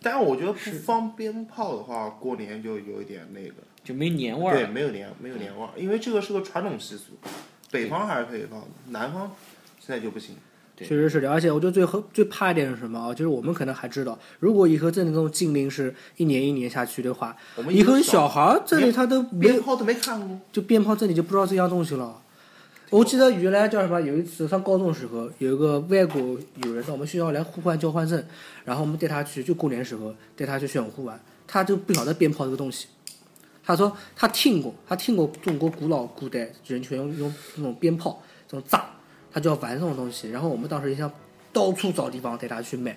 [SPEAKER 4] 但我觉得不放鞭炮的话，过年就有一点那个，
[SPEAKER 2] 就没年味
[SPEAKER 4] 对，
[SPEAKER 2] 儿。嗯
[SPEAKER 4] 没有年没有年味儿，因为这个是个传统习俗，北方还是可以放的，南方现在就不行。
[SPEAKER 2] 对
[SPEAKER 3] 确实是的，而且我觉得最后最怕一点是什么啊？就是我们可能还知道，如果以后真的这种禁令是一年一年下去的话，
[SPEAKER 4] 我们
[SPEAKER 3] 以后
[SPEAKER 4] 小
[SPEAKER 3] 小孩儿这里他都没
[SPEAKER 4] 鞭
[SPEAKER 3] 有，
[SPEAKER 4] 炮都没看过，
[SPEAKER 3] 就鞭炮这里就不知道这样东西了。我记得原来叫什么？有一次上高中的时候，有一个外国友人到我们学校来互换交换证，然后我们带他去，就过年时候带他去玄武玩，他就不晓得鞭炮这个东西。他说他听过，他听过中国古老古代人群用用那种鞭炮这种炸，他就要玩这种东西。然后我们当时也想到处找地方带他去买，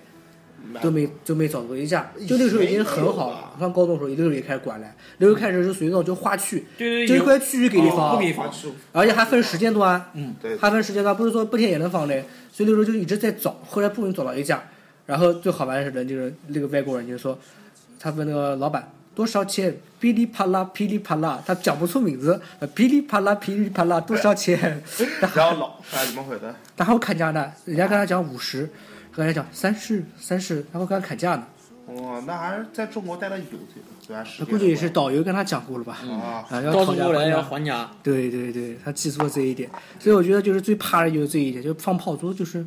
[SPEAKER 3] 都没都没找过一家。就那个时候已经很好了，上高中的时候，那个时候也开始管了，那时候开始就属于那种就花区，
[SPEAKER 2] 对对
[SPEAKER 3] 就
[SPEAKER 2] 对
[SPEAKER 3] 一
[SPEAKER 2] 有
[SPEAKER 3] 块呃区域给你
[SPEAKER 2] 哦
[SPEAKER 3] 放
[SPEAKER 2] 不，给
[SPEAKER 4] 花
[SPEAKER 2] 放，
[SPEAKER 4] 束
[SPEAKER 3] 而且还分时间段，
[SPEAKER 2] 嗯，
[SPEAKER 4] 对，
[SPEAKER 3] 还分时间段，不是说白天也能放的，所以那时候就一直在找，后来不容易找到一家，然后最好玩的是人就是那个外国人就说，他问那个老板多少钱，噼里啪啦噼里啪啦，他讲不出名字，噼里啪啦噼里啪啦多少钱，然后
[SPEAKER 4] 然后老哎怎么回的？
[SPEAKER 3] 然后砍价呢，人家跟他讲五十，他跟他讲三十三十，然后跟他砍价呢，
[SPEAKER 4] 哇，哦那还是在中国待的久，对吧？时
[SPEAKER 3] 那
[SPEAKER 4] 间
[SPEAKER 3] 估计也是导游跟他讲过了吧，
[SPEAKER 4] 啊，
[SPEAKER 3] 啊要
[SPEAKER 2] 到
[SPEAKER 3] 讨
[SPEAKER 2] 处
[SPEAKER 3] 价
[SPEAKER 2] 过来
[SPEAKER 3] 还价
[SPEAKER 2] 要还价。
[SPEAKER 3] 对对对，他记住了这一点，所以我觉得就是最怕的就是这一点，就是放炮竹，就是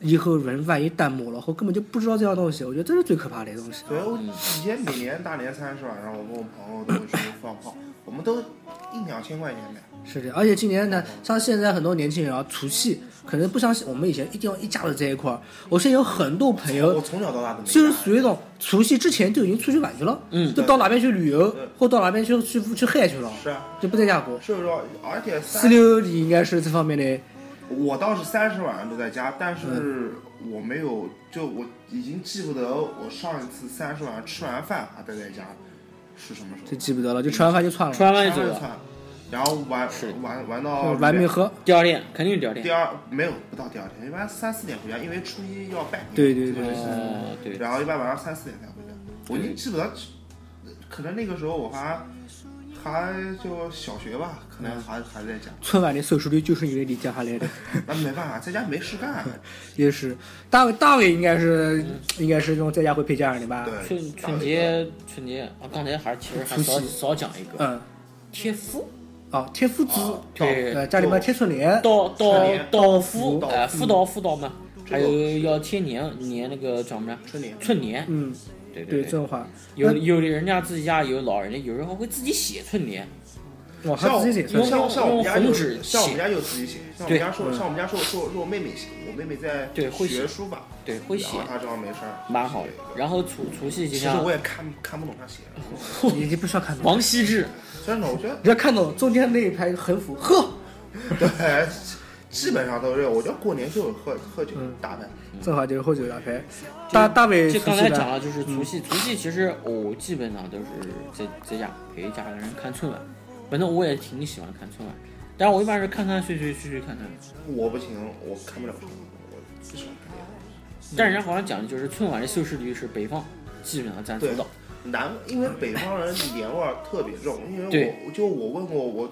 [SPEAKER 3] 以后人万一淡漠了后，根本就不知道这样东西，我觉得这是最可怕的东西。
[SPEAKER 4] 对，我以前每年大年三十晚上，我跟我朋友都会去放炮，我们都一两千块钱买，
[SPEAKER 3] 是的，而且今年呢，像现在很多年轻人啊，除夕可能不相信我们以前一定要一家子在一块儿，我现在有很多朋
[SPEAKER 4] 我
[SPEAKER 3] 友。
[SPEAKER 4] 从小到大都没
[SPEAKER 3] 就是
[SPEAKER 4] 买。
[SPEAKER 3] 属于那种除夕之前就已经出去玩去了，
[SPEAKER 2] 嗯
[SPEAKER 3] 就到哪边去旅游
[SPEAKER 4] 对，
[SPEAKER 3] 或到哪边去去去嗨去了，
[SPEAKER 4] 是啊，
[SPEAKER 3] 就不在家过。
[SPEAKER 4] 是不是？而且
[SPEAKER 3] 四
[SPEAKER 4] 三
[SPEAKER 3] 六你应该是这方面的，
[SPEAKER 4] 我倒是三十晚上都在家，但是我没有，就我已经记不得我上一次三十晚上吃完饭还待在家是什么时
[SPEAKER 3] 就
[SPEAKER 4] 候。
[SPEAKER 3] 记不得了，就吃完饭就窜了，
[SPEAKER 2] 吃完饭就
[SPEAKER 4] 吃
[SPEAKER 2] 走了。
[SPEAKER 4] 完饭，然后玩
[SPEAKER 2] 是
[SPEAKER 4] 玩玩到
[SPEAKER 3] 就玩命
[SPEAKER 4] 两
[SPEAKER 3] 喝，
[SPEAKER 2] 第二天肯定是第二
[SPEAKER 4] 第
[SPEAKER 2] 天。
[SPEAKER 4] 二没有不到第二天，一般三四点回家，因为初一要拜年。
[SPEAKER 3] 对对对
[SPEAKER 4] 就是
[SPEAKER 2] 哦，对，
[SPEAKER 4] 然后一般晚上三四点才回家，我已经记不得，可能那个时候我还还就小学吧，可能还还在家，
[SPEAKER 3] 春晚的收视率就是因为你降下来的，
[SPEAKER 4] 那没办法，在家没事干。
[SPEAKER 3] 也是。大卫，大卫应该是应该是那种在家会陪家人的吧？
[SPEAKER 4] 对，
[SPEAKER 2] 春春节春节啊，刚才还其实还
[SPEAKER 3] 除
[SPEAKER 2] 少
[SPEAKER 3] 夕
[SPEAKER 2] 少讲一个
[SPEAKER 3] 嗯，
[SPEAKER 2] 贴夫，
[SPEAKER 3] 哦，贴夫子，
[SPEAKER 2] 对，
[SPEAKER 3] 呃，家里面贴春联，
[SPEAKER 2] 到
[SPEAKER 4] 春
[SPEAKER 2] 到
[SPEAKER 4] 联
[SPEAKER 2] 到夫，
[SPEAKER 4] 到
[SPEAKER 2] 哎，
[SPEAKER 4] 夫
[SPEAKER 2] 辅导辅导嘛，还
[SPEAKER 4] 这
[SPEAKER 2] 有要贴年年那个叫什么来？
[SPEAKER 4] 春联
[SPEAKER 2] 春联，
[SPEAKER 3] 嗯，
[SPEAKER 2] 对
[SPEAKER 3] 对，
[SPEAKER 2] 对，
[SPEAKER 3] 真话，
[SPEAKER 2] 有
[SPEAKER 3] 那
[SPEAKER 2] 有的人家自己家有老人家，有人还会自己写春联，
[SPEAKER 3] 我还
[SPEAKER 4] 像
[SPEAKER 3] 哦自己写
[SPEAKER 4] 我
[SPEAKER 2] 用
[SPEAKER 3] 春联，
[SPEAKER 4] 像像我们家
[SPEAKER 2] 用
[SPEAKER 4] 就
[SPEAKER 2] 红纸
[SPEAKER 4] 像我
[SPEAKER 2] 写
[SPEAKER 4] 们家就自己写，像我
[SPEAKER 2] 对
[SPEAKER 4] 们家是我
[SPEAKER 3] 嗯
[SPEAKER 4] 像我们家是我是我是我妹妹写，我妹妹在
[SPEAKER 2] 对会写
[SPEAKER 4] 学书法，
[SPEAKER 2] 对，会
[SPEAKER 4] 然
[SPEAKER 2] 写
[SPEAKER 4] 后，她正好没事儿，
[SPEAKER 2] 蛮好的。然后除除夕
[SPEAKER 4] 其
[SPEAKER 2] 就
[SPEAKER 4] 实
[SPEAKER 2] 像
[SPEAKER 4] 我也看看不懂她写的，
[SPEAKER 3] 你就不需要看懂，
[SPEAKER 2] 王羲之，
[SPEAKER 4] 真的，我觉得
[SPEAKER 3] 你要看懂中间那一排横幅，呵，
[SPEAKER 4] 对，基本上都是，我觉得过年就是喝喝酒
[SPEAKER 3] 嗯
[SPEAKER 4] 打牌，
[SPEAKER 3] 正话就是喝酒打牌。大大卫
[SPEAKER 2] 就
[SPEAKER 3] 出
[SPEAKER 2] 刚
[SPEAKER 3] 去
[SPEAKER 2] 才讲
[SPEAKER 3] 了，
[SPEAKER 2] 了，就是除夕，除夕其实我基本上都是在在家陪家人看春晚，反正我也挺喜欢看春晚，但是我一般是看看睡睡睡睡看看。
[SPEAKER 4] 我不行，我看不了书，我不喜欢看电影。
[SPEAKER 2] 但人家好像讲的就是春晚的收视率是北方基本上占主导，
[SPEAKER 4] 南，因为北方人年味儿特别重，因为
[SPEAKER 2] 对
[SPEAKER 4] 我就我问过我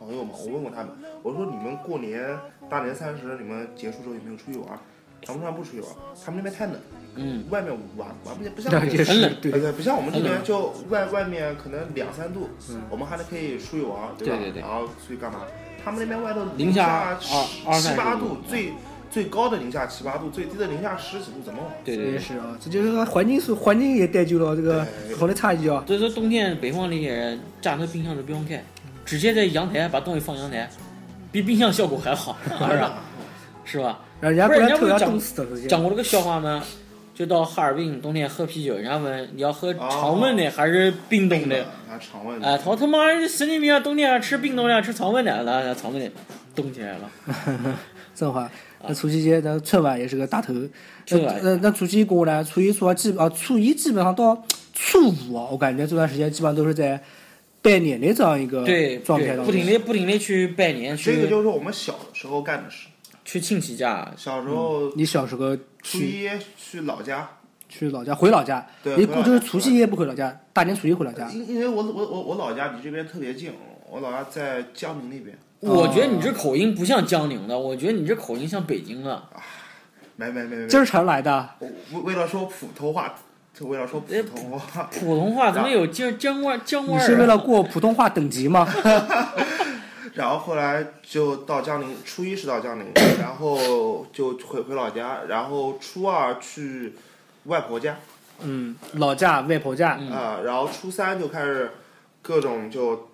[SPEAKER 4] 朋友嘛，我问过他们，我说你们过年大年三十你们结束之后有没有出去玩？咱们这边不出去玩，他们那边太冷，
[SPEAKER 2] 嗯，
[SPEAKER 4] 外面玩玩不不像
[SPEAKER 3] 那
[SPEAKER 4] 我们
[SPEAKER 3] 也
[SPEAKER 2] 很
[SPEAKER 3] 是
[SPEAKER 2] 冷
[SPEAKER 3] 对
[SPEAKER 4] 呃对，不像我们这
[SPEAKER 2] 很
[SPEAKER 4] 边
[SPEAKER 2] 冷
[SPEAKER 4] 就外外面可能两三度，我们还是可以出去玩，吧？
[SPEAKER 2] 嗯对对对
[SPEAKER 4] 然后出去干嘛？他们那边外头
[SPEAKER 2] 零下
[SPEAKER 4] 下
[SPEAKER 2] 二
[SPEAKER 4] 七
[SPEAKER 2] 二
[SPEAKER 4] 八
[SPEAKER 2] 三十
[SPEAKER 4] 度
[SPEAKER 2] 度，嗯
[SPEAKER 4] 最最高的零下七八度，最低的零下十几度，怎么玩？
[SPEAKER 2] 对对
[SPEAKER 3] 也
[SPEAKER 2] 对。
[SPEAKER 3] 是啊，这就是说环境所环境也带就了这个
[SPEAKER 4] 对
[SPEAKER 3] 不同的差异啊。
[SPEAKER 2] 所以说冬天北方的人家头冰箱都不用开，直接在阳台把东西放阳台，比冰箱效果还 好，是吧？是吧？
[SPEAKER 3] 然后人家过
[SPEAKER 2] 不是人家不是
[SPEAKER 3] 来偷要
[SPEAKER 2] 讲
[SPEAKER 3] 冻死的首
[SPEAKER 2] 讲
[SPEAKER 3] 先。
[SPEAKER 2] 过这个笑话吗？就到哈尔滨冬天喝啤酒，人家问你要喝常温的还是哦冰冻的？
[SPEAKER 4] 啊，常温
[SPEAKER 2] 哎，他他妈神经病啊！冬天还吃冰冻的，吃常温的，那常温的冻起来了。
[SPEAKER 3] 正话，那除夕节那春晚也是个大头。那
[SPEAKER 2] 啊春晚
[SPEAKER 3] 那那除夕过来，初一、初二基本啊，初一基本上到初五啊，我感觉这段时间基本上都是在拜年的这样一个
[SPEAKER 2] 对，
[SPEAKER 3] 哦状态
[SPEAKER 2] 对，
[SPEAKER 3] 当
[SPEAKER 2] 不停
[SPEAKER 3] 中。
[SPEAKER 2] 的不停的去拜年，
[SPEAKER 4] 这个
[SPEAKER 2] 去
[SPEAKER 4] 就是我们小时候干的事。
[SPEAKER 2] 去亲戚家，
[SPEAKER 4] 小时候
[SPEAKER 3] 你小时候
[SPEAKER 4] 初
[SPEAKER 3] 去
[SPEAKER 4] 一去老家，
[SPEAKER 3] 去老家，回老家，
[SPEAKER 4] 对
[SPEAKER 3] 一
[SPEAKER 4] 回
[SPEAKER 3] 过
[SPEAKER 4] 老
[SPEAKER 3] 就是
[SPEAKER 4] 家
[SPEAKER 3] 除
[SPEAKER 4] 回
[SPEAKER 3] 夕夜不回老家，大年初一回老家。
[SPEAKER 4] 因因为我我我我老家离这边特别近，我老家在江宁那边，
[SPEAKER 3] 哦
[SPEAKER 2] 我觉得你这口音不像江宁的，我觉得你这口音像北京的。
[SPEAKER 4] 没没没没，
[SPEAKER 3] 今儿才来的，
[SPEAKER 4] 我为为了说普通话，就为了说
[SPEAKER 3] 呃
[SPEAKER 4] 普通话，
[SPEAKER 2] 普通话怎么有江江湾江
[SPEAKER 3] 你
[SPEAKER 2] 湾
[SPEAKER 3] 是
[SPEAKER 2] 儿
[SPEAKER 3] 为
[SPEAKER 2] 啊？
[SPEAKER 3] 了过普通话等 级吗？
[SPEAKER 4] 然后后来就到江宁，初一是到江宁，然后就回回老家，然后初二去外婆家
[SPEAKER 3] 嗯，老家、外婆家，
[SPEAKER 2] 嗯
[SPEAKER 4] 啊、然后初三就开始各种就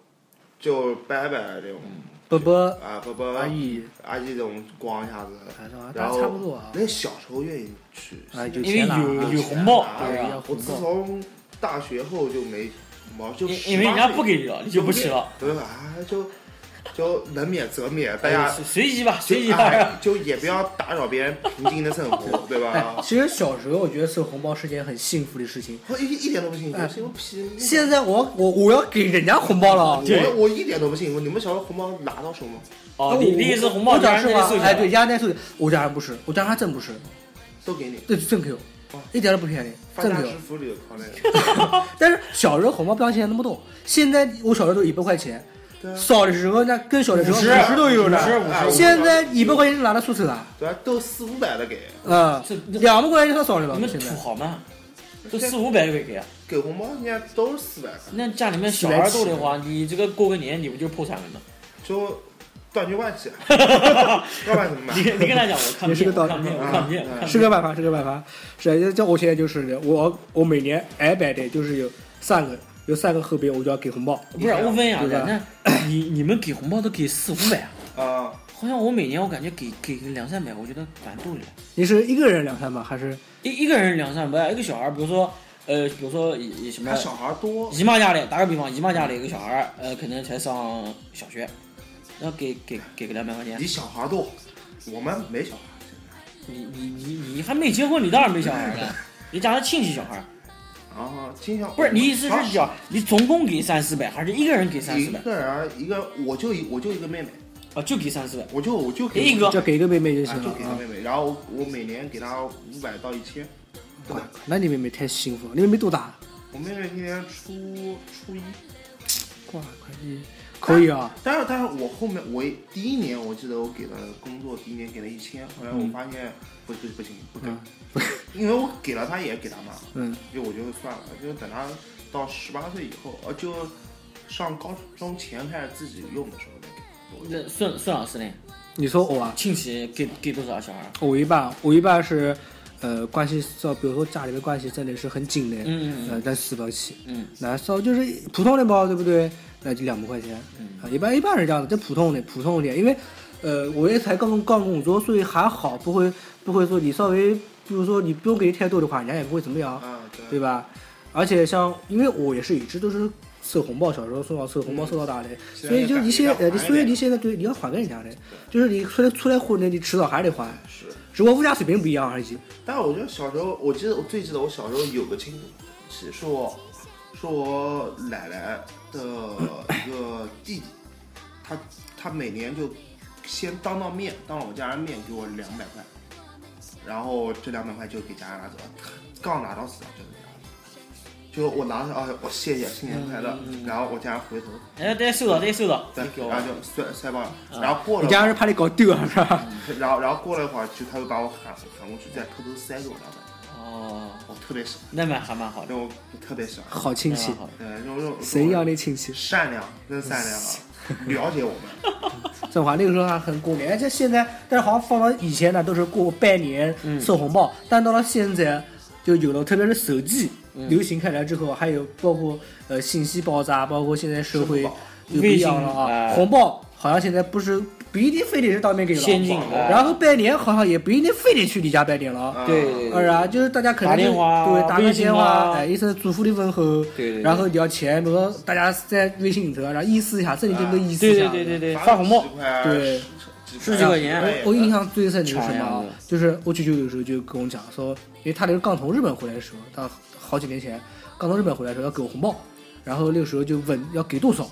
[SPEAKER 4] 就拜拜这种
[SPEAKER 3] 伯伯、
[SPEAKER 4] 啊，婆婆
[SPEAKER 3] 嗯阿姨，哎
[SPEAKER 4] 阿姨这种逛一下子，
[SPEAKER 3] 反正
[SPEAKER 4] 然
[SPEAKER 3] 大
[SPEAKER 4] 后
[SPEAKER 3] 差不多啊。
[SPEAKER 4] 那小时候愿意去，
[SPEAKER 3] 啊，有
[SPEAKER 2] 因为
[SPEAKER 3] 钱了
[SPEAKER 2] 有
[SPEAKER 3] 啊
[SPEAKER 2] 有红包，
[SPEAKER 4] 啊
[SPEAKER 2] 是吧
[SPEAKER 3] 要
[SPEAKER 4] 我
[SPEAKER 3] 红
[SPEAKER 4] 自
[SPEAKER 3] 包。
[SPEAKER 4] 从大学后就没毛，就
[SPEAKER 2] 因因为人家不给你了，你就不去了。
[SPEAKER 4] 对吧？啊就就能免则免，大
[SPEAKER 2] 哎
[SPEAKER 4] 家
[SPEAKER 2] 随随意吧，
[SPEAKER 4] 就
[SPEAKER 2] 随意吧。
[SPEAKER 4] 哎就也不要打扰别人平静的 生活，对
[SPEAKER 3] 哎
[SPEAKER 4] 吧，？
[SPEAKER 3] 其实小时候我觉得收红包是件很幸福的事情。
[SPEAKER 4] 我一一点都不幸福，
[SPEAKER 3] 哎
[SPEAKER 4] 幸福屁！
[SPEAKER 3] 现在我我我要给人家红包了啊，
[SPEAKER 2] 对
[SPEAKER 4] 我我一点都不幸福，你们小时候红包拿到手吗？
[SPEAKER 3] 那
[SPEAKER 2] 哦，
[SPEAKER 3] 我
[SPEAKER 2] 你第一次红包
[SPEAKER 3] 我
[SPEAKER 2] 家
[SPEAKER 3] 讲
[SPEAKER 2] 人
[SPEAKER 3] 是
[SPEAKER 2] 给你
[SPEAKER 3] 吧
[SPEAKER 2] 送？
[SPEAKER 3] 哎，对，压那送去，我家人不是，我家人还真不是，
[SPEAKER 4] 都给你，
[SPEAKER 3] 这真给我，一点都不便宜，
[SPEAKER 4] 发
[SPEAKER 3] 真
[SPEAKER 4] 家
[SPEAKER 3] 给
[SPEAKER 4] 致
[SPEAKER 3] 我。
[SPEAKER 4] 富里靠那个，
[SPEAKER 3] 但是小时候红包不像现在那么多，现在我小时候都一百块钱，
[SPEAKER 4] 对啊
[SPEAKER 3] 少的时候那跟小的时候
[SPEAKER 2] 五十
[SPEAKER 3] 都有呢
[SPEAKER 2] 五十五十
[SPEAKER 4] 哎。
[SPEAKER 3] 现在一百块钱拿得出手了。
[SPEAKER 4] 对啊，都四五百的给，
[SPEAKER 3] 啊
[SPEAKER 2] 这，这
[SPEAKER 3] 两万块钱就算少了吧
[SPEAKER 2] 你？们
[SPEAKER 3] 现
[SPEAKER 2] 土
[SPEAKER 3] 在
[SPEAKER 2] 豪吗？都四五百就可以给啊。
[SPEAKER 4] 给红包现在都是四百块，
[SPEAKER 2] 那家里面小孩多的话，你这个过个年你不就破产了吗？
[SPEAKER 4] 就断绝 关系，要不然怎么
[SPEAKER 2] 你
[SPEAKER 4] 办？
[SPEAKER 2] 跟你跟他讲，我看不
[SPEAKER 3] 也是
[SPEAKER 2] 见，
[SPEAKER 3] 个
[SPEAKER 2] 我
[SPEAKER 3] 道
[SPEAKER 2] 看不
[SPEAKER 3] 理
[SPEAKER 2] 见，我看不见。
[SPEAKER 4] 啊
[SPEAKER 2] 我看不见
[SPEAKER 3] 是个办法，是个办法。是，啊像像我现在就是的，我我每年挨摆的就是有三个，有三个后辈我就要给红包。
[SPEAKER 2] 不是，我问一下，
[SPEAKER 3] 对吧
[SPEAKER 2] 那你你们给红包都给四五百啊？
[SPEAKER 4] 啊，
[SPEAKER 2] 好像我每年我感觉给给个两三百，我觉得蛮多的了。
[SPEAKER 3] 你是一个人两三百还是？
[SPEAKER 2] 一一个人两三百，一个小孩，比如说呃，比如说以以什么
[SPEAKER 4] 他小孩多，
[SPEAKER 2] 姨妈家里，打个比方，姨妈家里一个小孩儿，呃，可能才上小学，然后给给给个两百块钱
[SPEAKER 4] 你。小孩多，我们没小孩。
[SPEAKER 2] 你你你你还没结婚，你当然没小孩儿了，你家的亲戚小孩儿。
[SPEAKER 4] 啊，经常
[SPEAKER 2] 不是，你意思是讲你总共给三四百，还是一个人给三
[SPEAKER 4] 一
[SPEAKER 2] 四百？
[SPEAKER 4] 个人一个，我就一我就一个妹妹，
[SPEAKER 2] 啊，就给三四百。
[SPEAKER 4] 我就我就给
[SPEAKER 2] 一个
[SPEAKER 3] 就给一个妹妹就
[SPEAKER 4] 啊
[SPEAKER 3] 行
[SPEAKER 4] 就
[SPEAKER 3] 了
[SPEAKER 4] 给
[SPEAKER 2] 嗯
[SPEAKER 4] 她
[SPEAKER 3] 啊
[SPEAKER 4] 妹妹，然后我我每年给她五百到一千，对吧？
[SPEAKER 3] 那你妹妹太幸福了，你妹妹多大？啊
[SPEAKER 4] 我妹妹今年初初一，
[SPEAKER 3] 哇，快一可以啊，
[SPEAKER 4] 但是但是我后面我第一年我记得我给了工作第一年给了一千，后来我发现不不不行不给，
[SPEAKER 3] 嗯
[SPEAKER 4] 因为我给了她也给她妈，
[SPEAKER 3] 嗯，
[SPEAKER 4] 就我就算了，就等她到十八岁以后，呃就上高中前开始自己用的时候再给。
[SPEAKER 2] 那孙孙老师呢？
[SPEAKER 3] 你说我啊，
[SPEAKER 2] 亲戚给给多少小孩儿？
[SPEAKER 3] 我一般我一般是，呃，关系照，比如说家里面关系真的是很紧的，
[SPEAKER 2] 嗯嗯
[SPEAKER 3] 呃，但死不起，
[SPEAKER 2] 嗯
[SPEAKER 3] 那烧就是普通的包，对不对？那就两百块钱，啊，一般一般是这样的，这普通的普通一点，因为，呃，我也才刚刚工作，所以还好，不会不会说你稍微，比如说你不用给太多的话，人家也不会怎么样，
[SPEAKER 4] 啊，对
[SPEAKER 3] 对吧？而且像，因为我也是一直都是收红包，小时候收到收红包收到大的，所以就你现在，呃，你所以你现在对你要还给人家的，就是你出来出来混的，你迟早还得还，
[SPEAKER 4] 是。
[SPEAKER 3] 只不过物价水平不一样而已。
[SPEAKER 4] 但是我觉得小时候，我记得我最记得我小时候有个亲戚，是我是我奶奶的一个弟弟，他他每年就先当当面，当了我家人面给我两百块，然后这两百块就给家人拿走，刚拿到手就给家人拿走，就是我拿着，哎，我谢谢，新年快乐。
[SPEAKER 3] 嗯
[SPEAKER 4] 然后我家人回头，
[SPEAKER 2] 哎，对，收到，对，收到，
[SPEAKER 4] 对
[SPEAKER 2] 你给，我
[SPEAKER 4] 然后就摔摔包了。然后过
[SPEAKER 3] 嗯你
[SPEAKER 4] 了，
[SPEAKER 3] 家人怕你搞丢啊，是吧？
[SPEAKER 4] 然后然后过了一会儿，就他又把我喊喊过去，再偷偷塞给我两百。
[SPEAKER 2] 哦，
[SPEAKER 4] 我特别喜欢，
[SPEAKER 2] 那蛮还蛮好的，
[SPEAKER 4] 让我特别呃喜欢，
[SPEAKER 3] 好亲戚
[SPEAKER 2] 那，啊蛮好的
[SPEAKER 4] 对，让我让我
[SPEAKER 3] 谁要那亲戚？
[SPEAKER 4] 善良，真善良 啊，了解我们。
[SPEAKER 3] 振华那个时候还很过年，而且现在，但是好像放到以前呢，都是过拜年、
[SPEAKER 2] 嗯
[SPEAKER 3] 收红包，但到了现在就有了，特别是手机、
[SPEAKER 2] 嗯
[SPEAKER 3] 流行开来之后，还有包括呃信息爆炸，包括现在社会
[SPEAKER 4] 支付宝
[SPEAKER 3] 就不一样了
[SPEAKER 2] 微信
[SPEAKER 3] 啊，
[SPEAKER 2] 哎
[SPEAKER 3] 红包好像现在不是不一定非得是当面给了，
[SPEAKER 2] 先进
[SPEAKER 4] 网，络
[SPEAKER 2] 哎
[SPEAKER 3] 然后拜年好像也不一定非得去你家拜年了啊。
[SPEAKER 4] 嗯
[SPEAKER 2] 对对
[SPEAKER 3] 呃，
[SPEAKER 2] 对，
[SPEAKER 3] 然后就是大家可能就
[SPEAKER 2] 打电话
[SPEAKER 3] 对打个
[SPEAKER 2] 微信
[SPEAKER 3] 电话，
[SPEAKER 2] 啊
[SPEAKER 3] 哎，一声祝福的问候，
[SPEAKER 2] 对对对
[SPEAKER 3] 然后聊钱，比如说大家在微信里头，然后意思一下，这里就能意思一
[SPEAKER 2] 对
[SPEAKER 3] 下，
[SPEAKER 2] 啊对对对对，
[SPEAKER 4] 罚
[SPEAKER 2] 发红包
[SPEAKER 4] 十，块
[SPEAKER 3] 对，
[SPEAKER 4] 十
[SPEAKER 2] 十几块钱
[SPEAKER 4] 哎
[SPEAKER 3] 我印象最深就是什么
[SPEAKER 2] 抢
[SPEAKER 3] 啊
[SPEAKER 2] 样子？
[SPEAKER 3] 就是我舅舅有时候就跟我讲说，因为他那时候刚从日本回来的时候，他好几年前刚从日本回来的时候要给我红包，然后那个时候就问要给多少，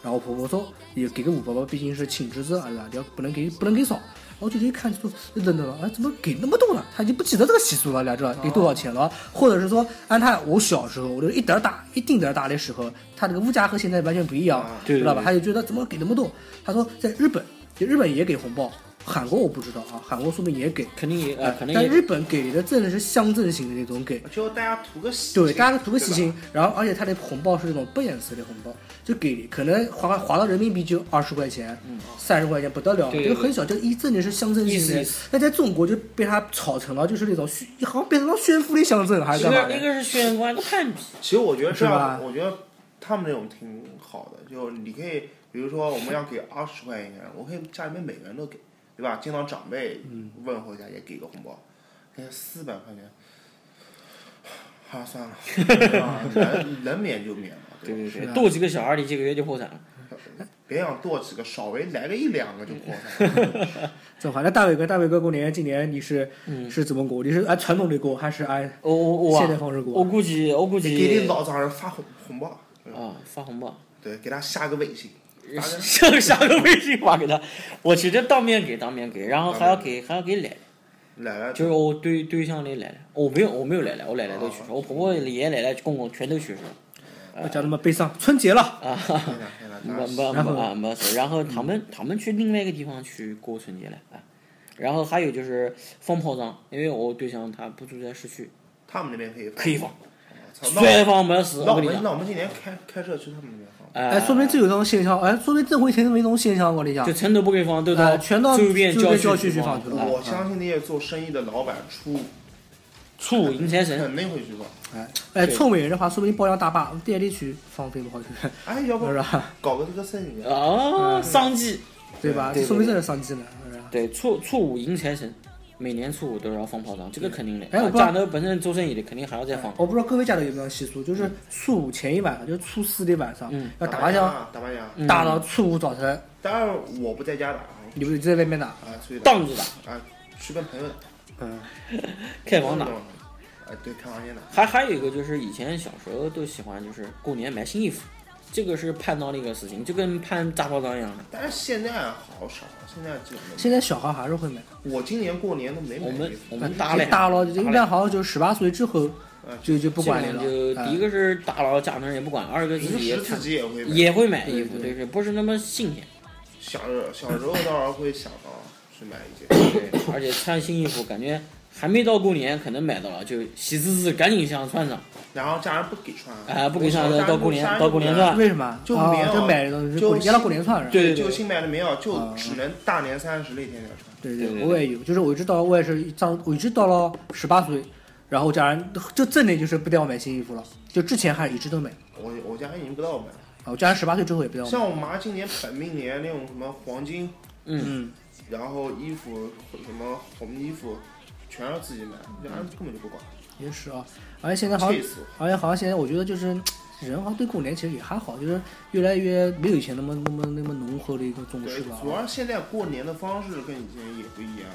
[SPEAKER 3] 然后我婆婆说也给个五百吧，毕竟是亲侄子啊，对吧？要不能给不能给少。然后舅舅一看就说，等等等，哎，怎么给那么多了？他已经不记得这个习俗了，你知道吧给多少钱了？或者是说，按他我小时候，我都一点儿大一丁点儿大的时候，他这个物价和现在完全不一样，
[SPEAKER 2] 对对
[SPEAKER 3] 知道吧？
[SPEAKER 2] 对
[SPEAKER 3] 他就觉得怎么给那么多？他说在日本，就日本也给红包，韩国我不知道啊，韩国说不定也给，
[SPEAKER 2] 肯定也，呃，肯定
[SPEAKER 3] 但
[SPEAKER 2] 也
[SPEAKER 3] 日本给的真的是乡镇型的那种给，
[SPEAKER 4] 就大家图个喜
[SPEAKER 3] 对，大家图个喜
[SPEAKER 4] 对吧
[SPEAKER 3] 庆，然后而且它的红包是那种不颜色的红包，就给你可能划划到人民币就二十块钱，三十块钱不得了，
[SPEAKER 2] 嗯对
[SPEAKER 3] 这
[SPEAKER 2] 对
[SPEAKER 3] 个很小，就一真的是乡镇
[SPEAKER 2] 意
[SPEAKER 3] 型
[SPEAKER 2] 思
[SPEAKER 3] 的
[SPEAKER 2] 意思，
[SPEAKER 3] 那在中国就被它炒成了就是那种炫，好像变成了炫富的乡镇还
[SPEAKER 2] 一
[SPEAKER 3] 是干嘛
[SPEAKER 2] 个一
[SPEAKER 3] 的？
[SPEAKER 2] 个是炫官的攀比，
[SPEAKER 4] 其实我觉得这
[SPEAKER 3] 是吧
[SPEAKER 4] 样，我觉得他们这种挺好的，就你可以，比如说我们要给二十块钱一个人，我可以家里面每个人都给，对吧？见到长辈
[SPEAKER 3] 嗯
[SPEAKER 4] 问候一下，也给个红包，给四百块钱， 啊，算了， 啊人人免就免了，
[SPEAKER 2] 对
[SPEAKER 4] 吧？
[SPEAKER 2] 对对，多几个小孩儿，你这个月就破产了。
[SPEAKER 4] 别想多几个，稍微来个一两个就破产了。
[SPEAKER 3] 正好，那大伟哥，大伟哥过年今年你是
[SPEAKER 2] 嗯
[SPEAKER 3] 是怎么过？你是按传统的过还是哎按？
[SPEAKER 2] 我我我啊，
[SPEAKER 3] 现代方式过
[SPEAKER 2] 我估计我估计
[SPEAKER 4] 给你老丈人发红红包，
[SPEAKER 2] 啊发红包，
[SPEAKER 4] 对，给他下个微信，打个
[SPEAKER 2] 下下个微信发给他，我直接当面给当面给，然后还要给还要给奶奶，
[SPEAKER 4] 奶奶
[SPEAKER 2] 就是我对对象的奶奶，我没有我没有奶奶，我奶奶都去世，
[SPEAKER 3] 哦
[SPEAKER 2] 我婆婆爷爷奶奶公公全都去世了。
[SPEAKER 3] 我讲那么悲伤，春节了，
[SPEAKER 2] 啊，
[SPEAKER 4] 天哪天哪
[SPEAKER 2] 没
[SPEAKER 4] 那
[SPEAKER 2] 没没啊没事。然后他
[SPEAKER 3] 嗯
[SPEAKER 2] 们他们去另外一个地方去过春节了啊。然后还有就是放炮仗，因为我对象他不住在市区，
[SPEAKER 4] 他们那边可以
[SPEAKER 2] 可以放，
[SPEAKER 4] 操那
[SPEAKER 2] 摔放没事。我
[SPEAKER 4] 那我
[SPEAKER 2] 跟你
[SPEAKER 4] 们
[SPEAKER 2] 讲，啊
[SPEAKER 4] 那我们今年开开车去他们那边放。
[SPEAKER 2] 哎
[SPEAKER 3] 哎，说明这有一种现象，哎，说明这回成为一种现象，我跟你讲
[SPEAKER 2] 就，成都不给放，都
[SPEAKER 3] 哎
[SPEAKER 2] 到
[SPEAKER 3] 全到
[SPEAKER 2] 周边
[SPEAKER 3] 周边郊区
[SPEAKER 2] 区
[SPEAKER 3] 去放去
[SPEAKER 2] 去啊
[SPEAKER 3] 了
[SPEAKER 2] 了。
[SPEAKER 4] 我相信那些做生意的老板出
[SPEAKER 2] 醋迎财 神，
[SPEAKER 4] 肯定会去放。
[SPEAKER 3] 哎哎，
[SPEAKER 2] 对
[SPEAKER 3] 臭美人的话，说不定包辆大巴带你去放飞 不好去，
[SPEAKER 4] 哎，要不
[SPEAKER 3] 是吧？
[SPEAKER 4] 搞个这个生意？
[SPEAKER 3] 嗯
[SPEAKER 4] 啊
[SPEAKER 2] 哦，商机。
[SPEAKER 3] 对吧？
[SPEAKER 2] 对对
[SPEAKER 3] 说明这是商机呢，是吧？
[SPEAKER 2] 对，初初五迎财神，每年初五都要放炮仗，这个肯定的。
[SPEAKER 3] 哎我
[SPEAKER 2] 啊
[SPEAKER 3] 不知道哎
[SPEAKER 2] 家头本身做生意的肯定还要再放。
[SPEAKER 3] 我不知道各位家里有没有习俗，就是初五前一晚，就是初四的晚上
[SPEAKER 2] 嗯
[SPEAKER 3] 要打麻
[SPEAKER 4] 麻
[SPEAKER 3] 将，，
[SPEAKER 4] 打麻将。啊
[SPEAKER 2] 嗯
[SPEAKER 3] 打到初五早晨，
[SPEAKER 4] 当然我不在家打啊，
[SPEAKER 3] 你们就在外面打，
[SPEAKER 4] 啊，出去打
[SPEAKER 2] 荡着打，
[SPEAKER 4] 啊，去跟朋友打，
[SPEAKER 3] 嗯，
[SPEAKER 2] 开房打。
[SPEAKER 4] 哎，对，开房间打。
[SPEAKER 2] 还还有一个就是以前小时候都喜欢就是过年买新衣服，这个是盼到的一个事情，就跟盼炸炮仗一样的。
[SPEAKER 4] 但是现在啊好少，现在基本
[SPEAKER 3] 现在小孩还是会买，
[SPEAKER 4] 都我今年过年都没
[SPEAKER 2] 我
[SPEAKER 4] 买
[SPEAKER 2] 们
[SPEAKER 4] 衣服
[SPEAKER 2] 我。们大嗯了
[SPEAKER 3] 大了，
[SPEAKER 2] 大
[SPEAKER 3] 一般好像就十八岁之后
[SPEAKER 4] 嗯
[SPEAKER 3] 就就不
[SPEAKER 2] 基
[SPEAKER 3] 管
[SPEAKER 2] 本
[SPEAKER 3] 你
[SPEAKER 2] 上
[SPEAKER 3] 了
[SPEAKER 2] 就，
[SPEAKER 3] 哎
[SPEAKER 2] 第一个是大了，家人也不管；二个自
[SPEAKER 4] 平
[SPEAKER 2] 己也
[SPEAKER 4] 时
[SPEAKER 2] 看
[SPEAKER 4] 自己也会买，
[SPEAKER 2] 也会买衣服，
[SPEAKER 3] 对
[SPEAKER 2] 对是不是那么新鲜？
[SPEAKER 4] 小小时候倒是会想到去买一件，
[SPEAKER 2] 对，而且穿新衣服感觉还没到过年，可能买到了就喜滋滋，赶紧想穿上。
[SPEAKER 4] 然后家人不给穿，
[SPEAKER 2] 哎不给穿
[SPEAKER 4] 我小时候
[SPEAKER 2] 到过年
[SPEAKER 4] 家人
[SPEAKER 2] 到过年
[SPEAKER 4] 不给
[SPEAKER 2] 穿
[SPEAKER 3] 为什么？
[SPEAKER 4] 就
[SPEAKER 3] 哦
[SPEAKER 4] 棉袄
[SPEAKER 3] 就买这东西，
[SPEAKER 4] 就
[SPEAKER 3] 过年了过年串是吧？
[SPEAKER 2] 对对啊
[SPEAKER 4] 就新买的棉袄，就只能大年三十那天要穿。
[SPEAKER 3] 对
[SPEAKER 2] 对
[SPEAKER 3] 对，
[SPEAKER 2] 对
[SPEAKER 3] 我也有，就是我一直到我也是一上，我一直到了十八岁，然后家人就真的就是不带我买新衣服了，就之前还一直都买，
[SPEAKER 4] 我我家已经不到买了，
[SPEAKER 3] 啊，我家人十八岁之后也不带我买，
[SPEAKER 4] 像我妈今年本命年那种什么黄金，
[SPEAKER 3] 嗯，
[SPEAKER 4] 然后衣服什么红衣服，全是自己买，
[SPEAKER 2] 嗯
[SPEAKER 4] 家人根本就不管，
[SPEAKER 3] 也是啊，而且现在好像
[SPEAKER 4] 气，死我！
[SPEAKER 3] 而且好像现在我觉得就是人好像对过年其实也还好，就是越来越没有以前那么那么那么浓厚的一个重视
[SPEAKER 4] 对
[SPEAKER 3] 了，
[SPEAKER 4] 主
[SPEAKER 3] 啊，
[SPEAKER 4] 要现在过年的方式跟以前也不一样，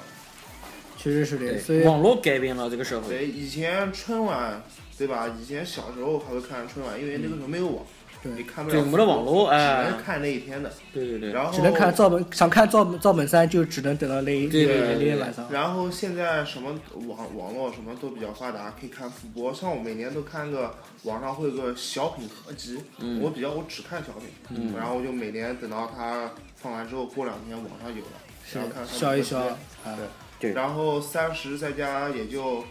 [SPEAKER 3] 确实是的，所以
[SPEAKER 2] 对，网络改变了这个社会。
[SPEAKER 4] 对，以前春晚，对吧？以前小时候还会看春晚，因为那个时候没有网，
[SPEAKER 3] 嗯对
[SPEAKER 4] 你看不
[SPEAKER 2] 对
[SPEAKER 4] 了，
[SPEAKER 2] 没了网络哎
[SPEAKER 4] 只能看那一天的，
[SPEAKER 2] 对对对，
[SPEAKER 4] 然后
[SPEAKER 3] 只能看赵本，想看赵本赵本山就只能等到那一
[SPEAKER 2] 对对
[SPEAKER 3] 那一
[SPEAKER 2] 对对
[SPEAKER 3] 晚上。
[SPEAKER 4] 然后现在什么网网络什么都比较发达，可以看复播。像我每年都看个网上会有个小品合集，
[SPEAKER 2] 嗯
[SPEAKER 4] 我比较我只看小品，然后我就每年等到它放完之后，过两天网上有了，
[SPEAKER 3] 是
[SPEAKER 4] 然后看看
[SPEAKER 3] 笑一笑啊，
[SPEAKER 2] 对
[SPEAKER 4] 然后三十在家也就，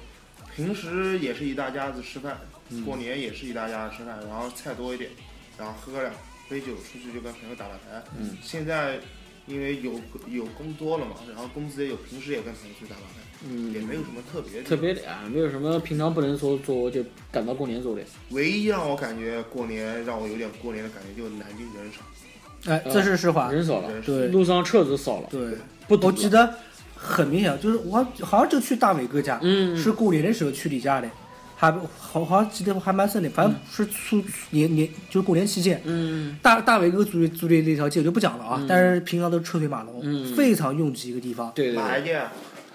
[SPEAKER 4] 平时也是一大家子吃饭，
[SPEAKER 2] 嗯
[SPEAKER 4] 过年也是一大家子吃饭，然后菜多一点，然后喝个两杯酒，出去就跟朋友打打牌。嗯，现在因为有有工多了嘛，然后工资也有，平时也跟朋友去打打牌，嗯，也没有什么特别的。
[SPEAKER 2] 特别的啊，没有什么平常不能说做就赶到过年做的，
[SPEAKER 4] 唯一让我感觉过年让我有点过年的感觉，就是南京人少，
[SPEAKER 3] 哎，这是实话。
[SPEAKER 2] 人少了
[SPEAKER 4] 人，少。
[SPEAKER 3] 对
[SPEAKER 2] 路上车子少了，
[SPEAKER 3] 对，
[SPEAKER 2] 不堵
[SPEAKER 3] 我
[SPEAKER 2] 了
[SPEAKER 3] 记得很明显，就是我好像就去大伟哥家，
[SPEAKER 2] 嗯
[SPEAKER 3] 是过年的时候去你家的，还好好像记得还蛮深的，反正是出年年就是过年期间，
[SPEAKER 2] 嗯，
[SPEAKER 3] 大大伟哥租的租的那条街我就不讲了啊，但是平常都是车水马龙，
[SPEAKER 2] 嗯
[SPEAKER 3] 非常拥挤一个地方，
[SPEAKER 2] 对对
[SPEAKER 4] 哪
[SPEAKER 2] 对，
[SPEAKER 4] 一届？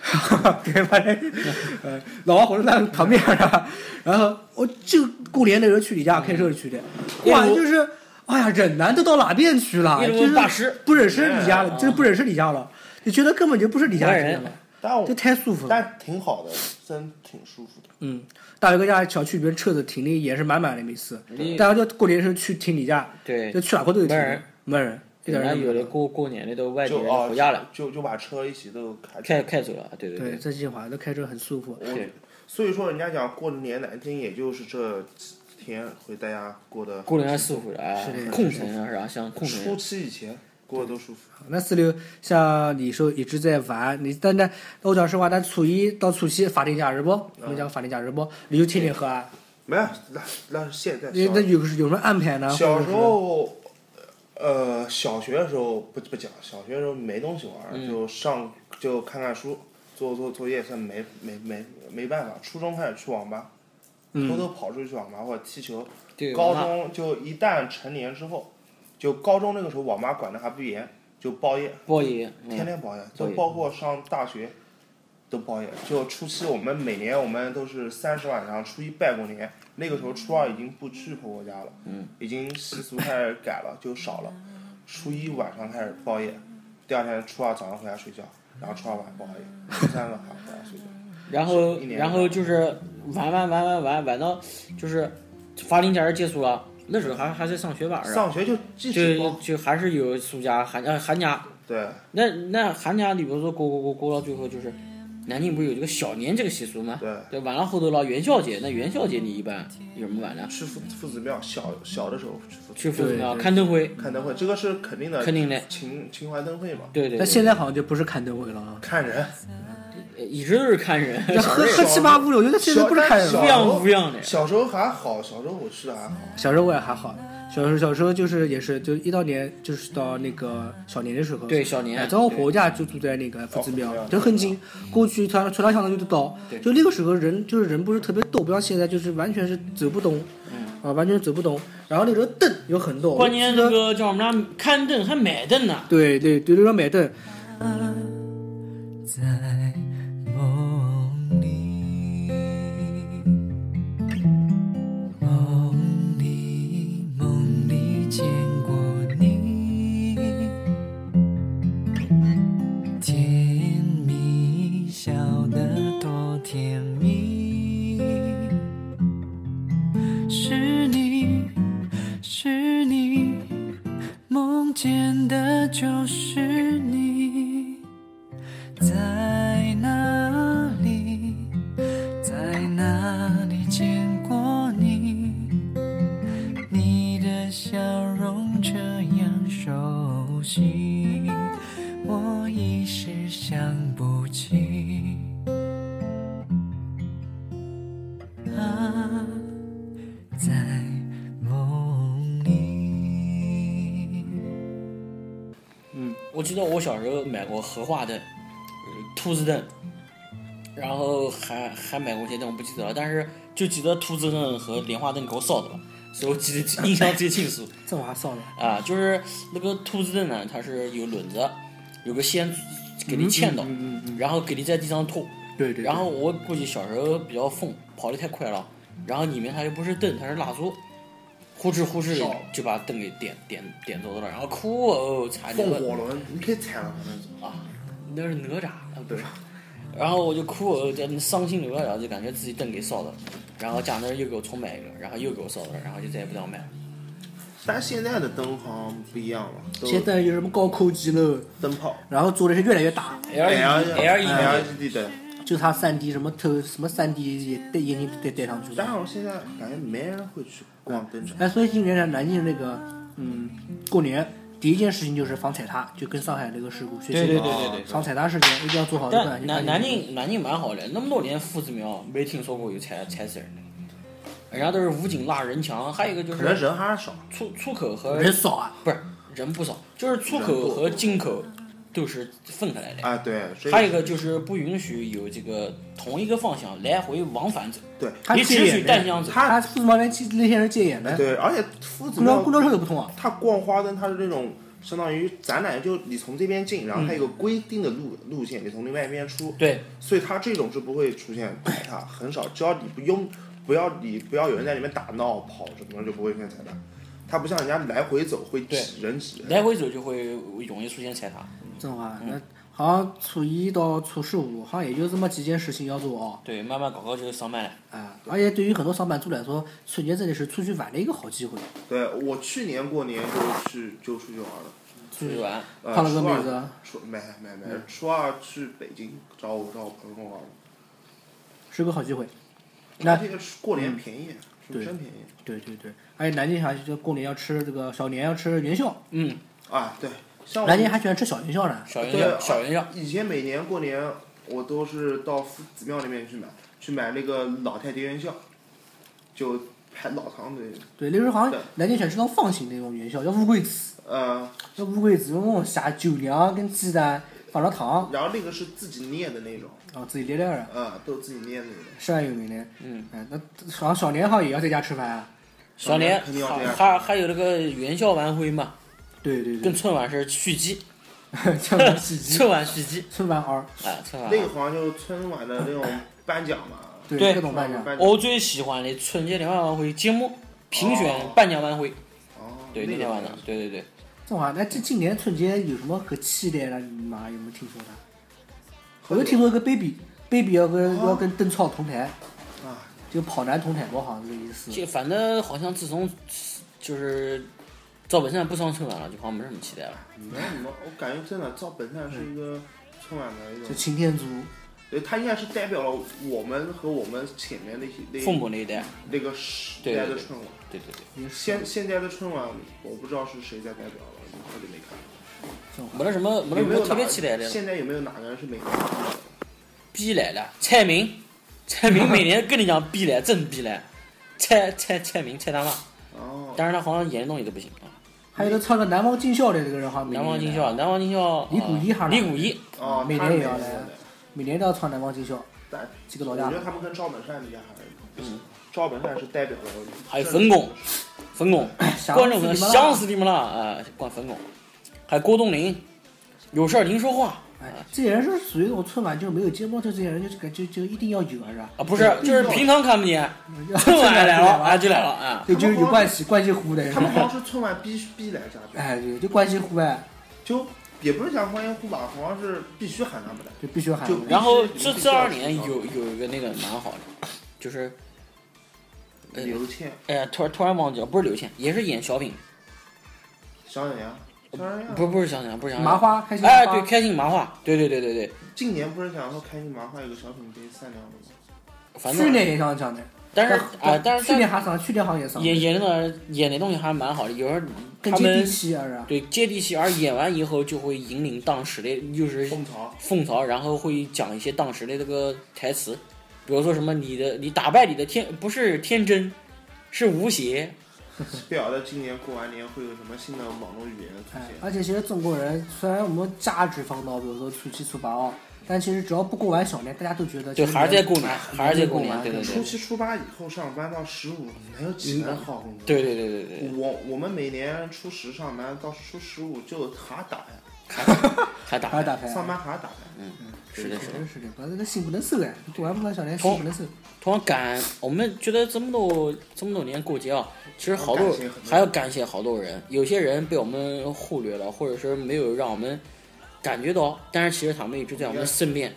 [SPEAKER 3] 对吧？呃，老王火车站旁边啊，然后我就过年那时候去你家开车去的，哇，
[SPEAKER 2] 嗯一路
[SPEAKER 3] 就是，哎呀，忍男都到哪边去了？
[SPEAKER 2] 一路
[SPEAKER 3] 就是
[SPEAKER 2] 八十
[SPEAKER 3] 不忍是你家了，真不忍是你家了，就觉得根本就不是你家
[SPEAKER 2] 不
[SPEAKER 3] 的
[SPEAKER 2] 忍
[SPEAKER 3] 人了，
[SPEAKER 4] 但我
[SPEAKER 3] 这太舒服了。
[SPEAKER 4] 但挺好的，真挺舒服的。
[SPEAKER 3] 嗯，大伟哥家小区里边车子停的也是满满的，每次
[SPEAKER 2] 你，
[SPEAKER 3] 大家就过年时候去停你家，
[SPEAKER 2] 嗯对
[SPEAKER 3] 就去哪块都有停
[SPEAKER 2] 没人，
[SPEAKER 3] 没人，一
[SPEAKER 2] 有
[SPEAKER 3] 点人
[SPEAKER 2] 人
[SPEAKER 3] 都
[SPEAKER 2] 有
[SPEAKER 3] 没
[SPEAKER 2] 的
[SPEAKER 3] 有。
[SPEAKER 2] 过过年的都外地
[SPEAKER 4] 嗯就
[SPEAKER 2] 人
[SPEAKER 4] 啊，
[SPEAKER 2] 回家了，
[SPEAKER 4] 就就把车一起都开
[SPEAKER 2] 开开走了，对对
[SPEAKER 3] 对，，这句话，这开车很舒服。
[SPEAKER 2] 对，
[SPEAKER 4] 所以说，人家讲过年南京，也就是这几天会大家过得
[SPEAKER 2] 过年还舒服的啊
[SPEAKER 3] 是的，
[SPEAKER 2] 空城啊是吧？像空
[SPEAKER 4] 初
[SPEAKER 2] 城，
[SPEAKER 4] 七以前过得都舒服。
[SPEAKER 3] 那四六像你说一直在玩，你但但我讲实话，但初一到初七法定假日不？我们讲法定假日不？你就天天喝啊？
[SPEAKER 4] 没有，那那是现在
[SPEAKER 3] 你
[SPEAKER 4] 小
[SPEAKER 3] 那有个有什么安排呢？或
[SPEAKER 4] 小
[SPEAKER 3] 者
[SPEAKER 4] 时
[SPEAKER 3] 是
[SPEAKER 4] 候，呃，小学的时候不不讲，小学的时候没东西玩儿，就上就看看书，做做作业，算没没没没办法。初中开始去网吧，偷偷跑出去网吧或者踢球。
[SPEAKER 2] 对，
[SPEAKER 4] 高
[SPEAKER 2] 我妈
[SPEAKER 4] 中就一旦成年之后，就高中那个时候网吧管的还不严，就包夜。
[SPEAKER 2] 包爷，嗯
[SPEAKER 4] 天天包夜，就
[SPEAKER 2] 包夜
[SPEAKER 4] 包括上大学都包夜。就初七，我们每年我们都是三十晚上，初一拜过年。那个时候初二已经不去婆婆家了，
[SPEAKER 2] 嗯
[SPEAKER 4] 已经习俗开始改了，就少了。初一晚上开始包夜，第二天初二早上回家睡觉，然后初二晚上包夜，初三晚上回家睡觉。
[SPEAKER 2] 然后
[SPEAKER 4] 一年
[SPEAKER 2] 然后就是玩玩玩玩玩玩到就是法定假日结束了，那时候还还在上学吧，是吧？
[SPEAKER 4] 上学就继续
[SPEAKER 2] 嗯就
[SPEAKER 4] 包，
[SPEAKER 2] 就还是有暑假寒呃寒假，
[SPEAKER 4] 对，
[SPEAKER 2] 那那寒假你不是说过过过过到最后就是。南京不是有这个小年这个习俗吗？
[SPEAKER 4] 对
[SPEAKER 2] 对，晚上后头了元宵节，那元宵节你一般有什么玩呢？
[SPEAKER 4] 去父父子庙，小小的时候去父子
[SPEAKER 2] 去父子庙
[SPEAKER 3] 对
[SPEAKER 2] 啊看灯会，
[SPEAKER 4] 看灯会，这个是肯定的，
[SPEAKER 2] 肯定的
[SPEAKER 4] 秦秦淮灯会嘛，
[SPEAKER 2] 对对对，
[SPEAKER 3] 但现在好像就不是看灯会了啊。
[SPEAKER 4] 看人，
[SPEAKER 2] 呃一直都是看人，
[SPEAKER 3] 那喝喝七八五六，我觉得现在不是看人
[SPEAKER 2] 无
[SPEAKER 4] 小
[SPEAKER 3] 了。啊
[SPEAKER 2] 恙无恙的。
[SPEAKER 4] 小时候还好，小时候我啊去的还好。
[SPEAKER 3] 小时候我也还好，小时候小时候就是也是就一到年就是到那个小年的时候，
[SPEAKER 2] 对小年
[SPEAKER 3] 哎正好我家就住在那个夫子
[SPEAKER 4] 哦夫子
[SPEAKER 3] 庙，
[SPEAKER 4] 庙
[SPEAKER 3] 就很近，过去穿穿条巷子就到，就那个时候人就是人不是特别多，不像现在就是完全是走不动，啊完全走不动，然后那时候灯有很多，
[SPEAKER 2] 关键那
[SPEAKER 3] 我记得
[SPEAKER 2] 个叫什么呢？看灯还买灯呢，
[SPEAKER 3] 对对对，那时候买灯，
[SPEAKER 5] 在梦里，梦里，梦里见过你，甜蜜笑得多甜蜜，是你，是你，梦见的就是你。在哪里，在哪里见过你？你的笑容这样熟悉，我一时想不起。啊，在梦里。
[SPEAKER 2] 我记得我小时候买过荷花灯、呃兔子灯，然后还还买过一些灯，我不记得了，但是就记得兔子灯和莲花灯给我烧的了，所以我记得印象最清楚。
[SPEAKER 3] 这我还烧了，
[SPEAKER 2] 啊，就是那个兔子灯呢，它是有轮子，有个线给你牵
[SPEAKER 3] 嗯
[SPEAKER 2] 到，然后给你在地上拖。
[SPEAKER 3] 对对对
[SPEAKER 2] 然后我估计小时候比较疯，跑得太快了，然后里面它又不是灯，它是蜡烛，呼哧呼哧
[SPEAKER 4] 烧
[SPEAKER 2] 地就把灯给点点点着了，然后哭哦，惨
[SPEAKER 4] 风
[SPEAKER 2] 的
[SPEAKER 4] 火轮，你可以踩了那种啊，
[SPEAKER 2] 那是哪吒，啊不
[SPEAKER 4] 对
[SPEAKER 2] 是。然后我就哭，我就伤心流了，然后就感觉自己灯给烧了，然后家那儿又给我重买一个，然后又给我烧了，然后就再也不让我买了。
[SPEAKER 4] 但现在的灯好像不一样了，都
[SPEAKER 3] 现在有什么高科技了，
[SPEAKER 4] 灯泡 E，
[SPEAKER 3] 然后做的是越来越大，
[SPEAKER 4] 哎
[SPEAKER 2] LED LED
[SPEAKER 4] LED 灯，
[SPEAKER 3] 就差三 D 什么头什么三 D 也带眼镜带带上去
[SPEAKER 4] 但
[SPEAKER 3] 了。
[SPEAKER 4] 是我现在感觉没人会去逛灯展，
[SPEAKER 3] 哎，所以今年南京那个嗯过年第一件事情就是防踩踏，就跟上海那个事故学习。
[SPEAKER 2] 对对对对对
[SPEAKER 3] 防踩踏事件一定要做好这个。
[SPEAKER 2] 但南南京南京蛮好的，那么多年夫子庙没听说过有踩踩死人的，人家都是武警拉人墙，还有一个就
[SPEAKER 4] 可能
[SPEAKER 2] 是
[SPEAKER 4] 人还是少。
[SPEAKER 2] 出出口和
[SPEAKER 3] 人少啊，
[SPEAKER 2] 不是人不少，就是出口和进口都是分开来的。
[SPEAKER 4] 啊，对，所以
[SPEAKER 2] 还有一个就是不允许有这个同一个方向来回往返走，
[SPEAKER 4] 对
[SPEAKER 3] 他
[SPEAKER 2] 你
[SPEAKER 3] 戒
[SPEAKER 2] 只许
[SPEAKER 3] 烟的
[SPEAKER 2] 单，向走。
[SPEAKER 3] 他父母那期那些人戒烟的，
[SPEAKER 4] 对，而且夫子
[SPEAKER 3] 公交
[SPEAKER 4] 庙
[SPEAKER 3] 公交车都不通啊。
[SPEAKER 4] 它逛花灯，它是那种相当于展览，就你从这边进，然后它有个规定的路路线，你从另外一边出，
[SPEAKER 2] 对，
[SPEAKER 4] 所以它这种是不会出现踩踏，很少，只要你不用，不要你不要有人在里面打闹跑什么的，就不会出现踩踏。它不像人家来回走会
[SPEAKER 2] 对
[SPEAKER 4] 挤人挤人，
[SPEAKER 2] 来回走就会容易出现踩踏。
[SPEAKER 3] 真话，那嗯好像初一到初十五，好像也就这么几件事情要做哦。
[SPEAKER 2] 对，慢慢搞搞就上班了。
[SPEAKER 3] 啊，而且对于很多上班族来说，春节真的是出去玩的一个好机会。
[SPEAKER 4] 对我去年过年就去就出去玩了，
[SPEAKER 2] 出去玩，
[SPEAKER 4] 呃，
[SPEAKER 3] 胖了个
[SPEAKER 4] 初二
[SPEAKER 3] 妹子啊，
[SPEAKER 4] 初没没没，初二去北京找我找我朋友玩了，
[SPEAKER 3] 是个好机会。那
[SPEAKER 4] 这个是过年便宜，是
[SPEAKER 3] 对
[SPEAKER 4] 真便宜
[SPEAKER 3] 对对对，而且南京还就过年要吃这个小年要吃元宵，
[SPEAKER 2] 嗯，
[SPEAKER 4] 啊，对，像我
[SPEAKER 3] 南京还喜欢吃小元宵呢。
[SPEAKER 2] 小元
[SPEAKER 4] 对，啊
[SPEAKER 2] 宵，小元宵，
[SPEAKER 4] 以前每年过年，我都是到夫子庙那边去买，去买那个老太叠元宵，就排老长队。
[SPEAKER 3] 对，那时候好像
[SPEAKER 4] 对
[SPEAKER 3] 南京喜欢吃那种放型那种元宵，叫乌龟子，
[SPEAKER 4] 呃，
[SPEAKER 3] 叫乌龟子，用那种下酒酿啊跟鸡蛋放了糖，
[SPEAKER 4] 然后那个是自己捏的那种，
[SPEAKER 3] 然后自己捏捏的，
[SPEAKER 4] 呃，都自己捏的那种。
[SPEAKER 3] 是很有名的。
[SPEAKER 2] 嗯，
[SPEAKER 3] 哎，那好像小年好像也要在家吃饭啊。
[SPEAKER 2] 小年
[SPEAKER 4] 肯定要这
[SPEAKER 2] 还
[SPEAKER 4] 样
[SPEAKER 2] 还还有那个元宵晚会嘛，
[SPEAKER 3] 对对对
[SPEAKER 2] 跟，春晚是续 集，
[SPEAKER 3] 叫什么喜剧？
[SPEAKER 2] 春晚续集
[SPEAKER 3] 春晚二，
[SPEAKER 2] 啊，春晚
[SPEAKER 4] 啊那。个好像就是春晚的那种颁奖嘛，
[SPEAKER 3] 对，
[SPEAKER 2] 对
[SPEAKER 3] 各种颁奖。
[SPEAKER 4] 颁奖。
[SPEAKER 2] 我最喜欢的春节联欢晚会节目评选颁奖晚会，
[SPEAKER 4] 哦，
[SPEAKER 2] 对那
[SPEAKER 4] 那
[SPEAKER 2] 天
[SPEAKER 4] 个
[SPEAKER 2] 晚上，对对对，
[SPEAKER 3] 正好，那这今年春节有什么可期待的？你妈有没有听说的？我就听说一个 baby，baby 要跟、
[SPEAKER 2] 哦
[SPEAKER 3] 要跟邓超同台，
[SPEAKER 4] 啊，
[SPEAKER 3] 就跑男同台吧，好像这个意思。
[SPEAKER 2] 就反正好像自从就是赵本山不上春晚了，就好像没什么期待了。
[SPEAKER 4] 没有什么，我感觉真的赵本山是一个春晚的一
[SPEAKER 3] 就
[SPEAKER 4] 种，
[SPEAKER 3] 擎天柱，
[SPEAKER 4] 对他应该是代表了我们和我们前面那些那
[SPEAKER 2] 父母那一代，
[SPEAKER 4] 那个时
[SPEAKER 2] 对
[SPEAKER 4] 代
[SPEAKER 2] 对
[SPEAKER 4] 的
[SPEAKER 2] 对
[SPEAKER 4] 春晚。
[SPEAKER 2] 对对对，
[SPEAKER 3] 也是
[SPEAKER 4] 现现在的春晚，我不知道是谁在代表了，我好久没看了。
[SPEAKER 2] 没得什么没得什
[SPEAKER 4] 有没有
[SPEAKER 2] 么
[SPEAKER 4] 哪
[SPEAKER 2] 特别期待的了。
[SPEAKER 4] 现在有没有哪个人是每年？
[SPEAKER 2] 逼来了，蔡明，蔡明每年跟你讲逼来，真逼来，蔡蔡蔡明蔡大妈，
[SPEAKER 4] 哦，
[SPEAKER 2] 但是他好像演的东西都不行啊。
[SPEAKER 3] 还有一个唱个《南方尽孝》的这个人，好像每
[SPEAKER 2] 南方
[SPEAKER 3] 年
[SPEAKER 2] 今宵，南方今宵，
[SPEAKER 3] 李谷一
[SPEAKER 2] 呃
[SPEAKER 3] 哈
[SPEAKER 2] 李谷一，
[SPEAKER 4] 哦，
[SPEAKER 3] 每
[SPEAKER 4] 他
[SPEAKER 3] 年
[SPEAKER 4] 是
[SPEAKER 3] 也要
[SPEAKER 4] 每
[SPEAKER 3] 来
[SPEAKER 4] 的
[SPEAKER 3] 每年都要唱《南方尽孝》。
[SPEAKER 4] 但
[SPEAKER 3] 这个老大
[SPEAKER 4] 我觉得他们跟赵本山比较还是不行。赵本山是代表了，
[SPEAKER 2] 还有冯巩，冯巩，
[SPEAKER 3] 想
[SPEAKER 2] 观众
[SPEAKER 3] 死
[SPEAKER 2] 们
[SPEAKER 3] 你们了
[SPEAKER 2] 想死你们了啊！关冯巩，还有郭冬临，有事儿您说话
[SPEAKER 3] 哎，这些人是属于那种春晚就是没有节目，就这些人就是感就就一定要有啊，是吧？
[SPEAKER 2] 啊，不是，就是平常看不见，春晚来 了啊就来了啊，
[SPEAKER 3] 对，就是有关系关系户的人
[SPEAKER 4] 他。们好像是春晚必须必来嘉宾，
[SPEAKER 3] 哎，对，就关系户呗，
[SPEAKER 4] 就也不是讲欢迎呼吧，好像是必须喊他们来。
[SPEAKER 3] 就必须喊
[SPEAKER 4] 就
[SPEAKER 3] 我们。
[SPEAKER 2] 然后
[SPEAKER 4] 必须
[SPEAKER 2] 这
[SPEAKER 4] 必须
[SPEAKER 2] 这
[SPEAKER 4] 要
[SPEAKER 2] 二
[SPEAKER 4] 有
[SPEAKER 2] 年有有一个那个蛮好的，就是嗯
[SPEAKER 4] 刘倩、
[SPEAKER 2] 哎呀，突然突然忘记了，不是刘倩，也是演小品，
[SPEAKER 4] 小沈阳、小沈阳，
[SPEAKER 2] 不不是小沈阳，不是小沈阳
[SPEAKER 3] 啊麻花开心麻花
[SPEAKER 2] 哎，对，开心麻花，对对对对对，
[SPEAKER 4] 今年不是想说开心麻花有个小品杯三两的吗？
[SPEAKER 2] 反
[SPEAKER 3] 去
[SPEAKER 2] 正
[SPEAKER 3] 年也想讲的，呃
[SPEAKER 2] 但是啊，但是
[SPEAKER 3] 去年还上，去年好像也上，
[SPEAKER 2] 演演那个演的东西还蛮好的，有时候
[SPEAKER 3] 更
[SPEAKER 2] 他
[SPEAKER 3] 接地
[SPEAKER 2] 们
[SPEAKER 3] 气啊，是吧？
[SPEAKER 2] 对接地气，而演完以后就会引领当时的，就是
[SPEAKER 4] 风潮
[SPEAKER 2] 风潮，然后会讲一些当时的这个台词，比如说什么你的你打败你的天不是天真，是无邪，
[SPEAKER 4] 表的今年过完年会有什么新的网络语言出
[SPEAKER 3] 哎
[SPEAKER 4] 现，？
[SPEAKER 3] 而且其实中国人虽然我们价值放到比如说初七初八哦，但其实只要不过完小年，大家都觉得
[SPEAKER 2] 就
[SPEAKER 3] 其实
[SPEAKER 2] 还是在过年，
[SPEAKER 3] 哎
[SPEAKER 2] 还是在过年，对对
[SPEAKER 4] 初
[SPEAKER 2] 对，
[SPEAKER 4] 七初八以后上班到十五，能有几个人好工作？
[SPEAKER 2] 对对对对对，
[SPEAKER 4] 我我们每年初十上班到初十五就卡打呀，
[SPEAKER 2] 还打哎
[SPEAKER 3] 还是打牌啊。
[SPEAKER 4] 上班卡打呀。
[SPEAKER 2] 是的，是
[SPEAKER 3] 确
[SPEAKER 2] 的。
[SPEAKER 3] 实是的，反正那心不能收哎，过完不能小年
[SPEAKER 2] 同
[SPEAKER 3] 心不能收。
[SPEAKER 2] 同样感，我们觉得这么多这么多年过节啊，其实好多
[SPEAKER 4] 感谢很多
[SPEAKER 2] 还要感谢好多人，有些人被我们忽略了，或者是没有让我们感觉到，但是其实他们一直在我们身边。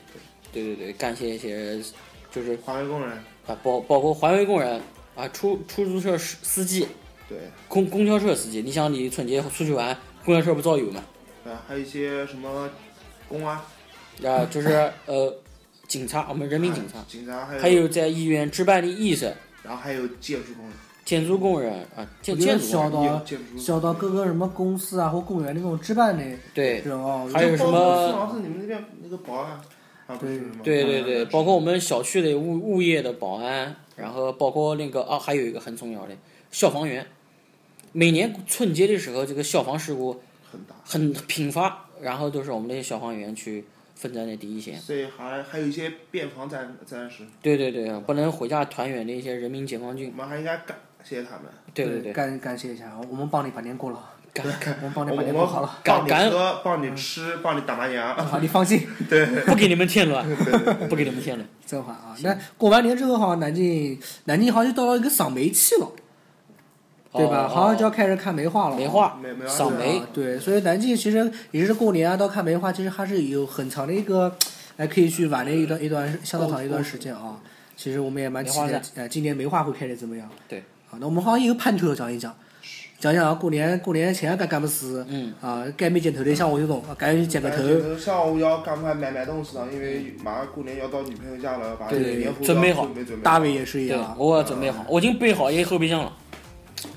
[SPEAKER 2] 对对对，感谢一些，就是
[SPEAKER 4] 环卫工人，
[SPEAKER 2] 啊，包包括环卫工人啊，出出租车司司机、
[SPEAKER 4] 对，
[SPEAKER 2] 公公交车司机，你想你春节出去玩，公交车不早有吗？
[SPEAKER 4] 啊，还有一些什么公安、
[SPEAKER 2] 啊，就是呃，警察，我们人民警察，
[SPEAKER 4] 啊警察，还
[SPEAKER 2] 还有在医院值班的医生、
[SPEAKER 4] 然后还有建筑工人，
[SPEAKER 2] 建筑工人啊，建
[SPEAKER 3] 我觉
[SPEAKER 2] 建
[SPEAKER 3] 得
[SPEAKER 2] 筑工人
[SPEAKER 3] 小到
[SPEAKER 4] 建筑
[SPEAKER 3] 小到各个什么公司啊或公园那种值班的
[SPEAKER 2] 对。
[SPEAKER 3] 人哦，
[SPEAKER 2] 还有什么
[SPEAKER 4] 包括四老师你们那边那个保安，啊，不是什么
[SPEAKER 2] 对对对，
[SPEAKER 3] 嗯
[SPEAKER 2] 包括我
[SPEAKER 4] 们
[SPEAKER 2] 们小区的物物业的保安，然后包括那个啊，还有一个很重要的消防员。每年春节的时候，这个消防事故
[SPEAKER 4] 很大，
[SPEAKER 2] 很频发，然后都是我们的消防员去奋战的第一线。
[SPEAKER 4] 所以还还有一些边防战战士，
[SPEAKER 2] 对对对，不能回家团圆的一些人民解放
[SPEAKER 4] 我
[SPEAKER 2] 军。
[SPEAKER 4] 们还应该感谢他们。
[SPEAKER 2] 对对对，
[SPEAKER 3] 感感谢一下，我们帮你把年过了，
[SPEAKER 2] 感
[SPEAKER 3] 我们帮你把
[SPEAKER 4] 我们
[SPEAKER 3] 年过好了，
[SPEAKER 4] 帮
[SPEAKER 2] 感
[SPEAKER 4] 你喝，帮你吃，帮你打麻将，
[SPEAKER 3] 好，你放心，
[SPEAKER 2] 不给你们添乱，不给你们添乱。
[SPEAKER 3] 真话啊。那过完年之后，好像南京南京好像就到了一个赏梅期了，对吧？
[SPEAKER 2] 哦
[SPEAKER 3] 好像就要开始看梅花了。
[SPEAKER 2] 梅花
[SPEAKER 4] 没没有
[SPEAKER 2] 赏
[SPEAKER 3] 对
[SPEAKER 2] 梅
[SPEAKER 3] 啊，，对，所以南京其实也是过年啊，到看梅花，其实还是有很长的一个，哎，可以去玩的一段一段相当长一段时间啊。其实我们也蛮期
[SPEAKER 2] 梅花
[SPEAKER 3] 待，哎，今年梅花会开的怎么样？
[SPEAKER 2] 对，
[SPEAKER 3] 好，那我们好像也有盼头了，讲一讲，讲一讲啊过年过年前干干么事，
[SPEAKER 2] 嗯，
[SPEAKER 3] 啊，该没剪头的像我这种，啊赶紧去剪个头，
[SPEAKER 4] 上午要赶快买买东西了，因为马上过年要到女朋友家了，把
[SPEAKER 2] 对对
[SPEAKER 4] 年货
[SPEAKER 2] 准备好
[SPEAKER 4] 准备准备。
[SPEAKER 3] 大伟也是一
[SPEAKER 2] 对
[SPEAKER 3] 样，，
[SPEAKER 2] 我准备好，我已经备好一个后备箱了。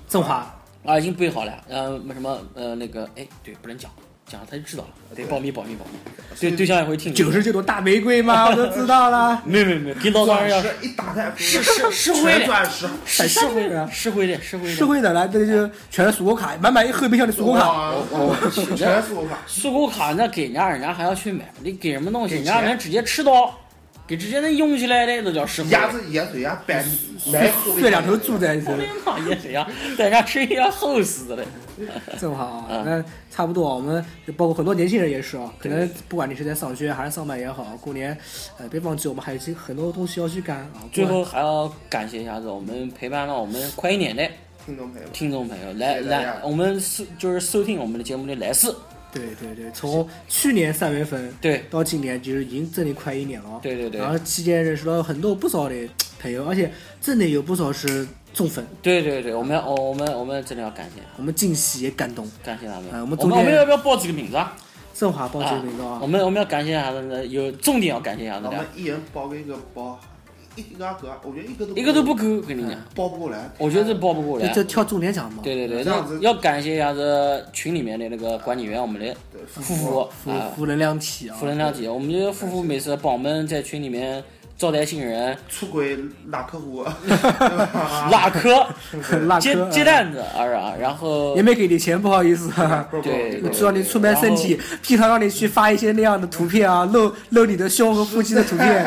[SPEAKER 3] 正华，
[SPEAKER 2] 啊，已经备好了。呃，什么呃那个，哎，对，不能讲，讲了他就知道了。对，保密保密保密。对，对象也会听。，
[SPEAKER 3] 九十九朵大玫瑰嘛，我都知道了
[SPEAKER 2] 没有没有没有，给老丈人
[SPEAKER 4] 钻
[SPEAKER 2] 要
[SPEAKER 4] 石一打开，
[SPEAKER 2] 是是是会
[SPEAKER 4] 全
[SPEAKER 2] 的，
[SPEAKER 4] 钻石，
[SPEAKER 2] 是是啊会的，是会的，是会的。
[SPEAKER 3] 是会的了，这就全是锁国卡，满满一后备箱的锁国卡，
[SPEAKER 4] 哇我去全是我卡。
[SPEAKER 2] 速购卡那给人家，人家还要去买，你给什么东西，人家能直接吃到，给直接能用起来的，那叫实惠。
[SPEAKER 4] 鸭子盐水鸭白白后背
[SPEAKER 3] 这两头住在一起
[SPEAKER 2] 我。的妈呀，谁呀？在人家吃一下齁死的。
[SPEAKER 3] 正好啊
[SPEAKER 2] 嗯，
[SPEAKER 3] 那差不多啊，我们包括很多年轻人也是啊，可能不管你是在上学还是上班也好，过年，呃，别忘记我们还有其很多东西要去干啊。
[SPEAKER 2] 最
[SPEAKER 3] 不
[SPEAKER 2] 后
[SPEAKER 3] 管
[SPEAKER 2] 还要感谢一下子我们陪伴了我们快一年的
[SPEAKER 4] 听众朋友们，
[SPEAKER 2] 听众朋友，来
[SPEAKER 4] 谢谢大家
[SPEAKER 2] 来，我们收就是收听我们的节目的来世，
[SPEAKER 3] 对对对，从去年三月份
[SPEAKER 2] 对
[SPEAKER 3] 到今年，就是已经真的快一年了啊。
[SPEAKER 2] 对对对
[SPEAKER 3] 然后期间认识了很多不少的朋友，而且真的有不少是忠粉，
[SPEAKER 2] 对对对，我们要哦我我们我们真的要感谢。
[SPEAKER 3] 我们惊喜也感动。
[SPEAKER 2] 感谢他们。
[SPEAKER 3] 哎我
[SPEAKER 2] 我
[SPEAKER 3] 们
[SPEAKER 2] 们
[SPEAKER 3] 中间
[SPEAKER 2] 们要不要报几个名字啊？
[SPEAKER 3] 振华报这
[SPEAKER 2] 啊
[SPEAKER 3] 个名字啊
[SPEAKER 2] 我，们我们要感谢他们，有重点要感谢他
[SPEAKER 4] 我
[SPEAKER 2] 们
[SPEAKER 4] 们
[SPEAKER 2] 的，
[SPEAKER 4] 一人包个一个包，一一个个，我觉得一个都
[SPEAKER 2] 一个都不够，跟你讲，
[SPEAKER 4] 包不过来。
[SPEAKER 2] 我觉得这报不过来
[SPEAKER 3] 嗯
[SPEAKER 2] 啊
[SPEAKER 3] 就。这挑重点讲嘛。
[SPEAKER 2] 对对对，
[SPEAKER 4] 这样子
[SPEAKER 2] 要要感谢一下子群里面的那个管理员，我们的
[SPEAKER 4] 对
[SPEAKER 2] 夫
[SPEAKER 4] 夫
[SPEAKER 2] 妇
[SPEAKER 4] 妇
[SPEAKER 3] 负
[SPEAKER 2] 啊，
[SPEAKER 3] 负能量体嗯啊
[SPEAKER 2] 负，能量姐，我们这个夫妇每次帮我们在群里面招待新人、
[SPEAKER 4] 出轨拉 客户，对吧
[SPEAKER 2] 拉客、
[SPEAKER 3] 拉
[SPEAKER 2] 接
[SPEAKER 3] 客
[SPEAKER 2] 接
[SPEAKER 3] 啊
[SPEAKER 2] 单子啊，啊然后
[SPEAKER 3] 也没给你钱，不好意思。
[SPEAKER 4] 不是不
[SPEAKER 2] 对
[SPEAKER 4] 是
[SPEAKER 3] 我知道你出卖身体，平常让你去发一些那样的图片啊，露露你的胸和腹肌的图 片，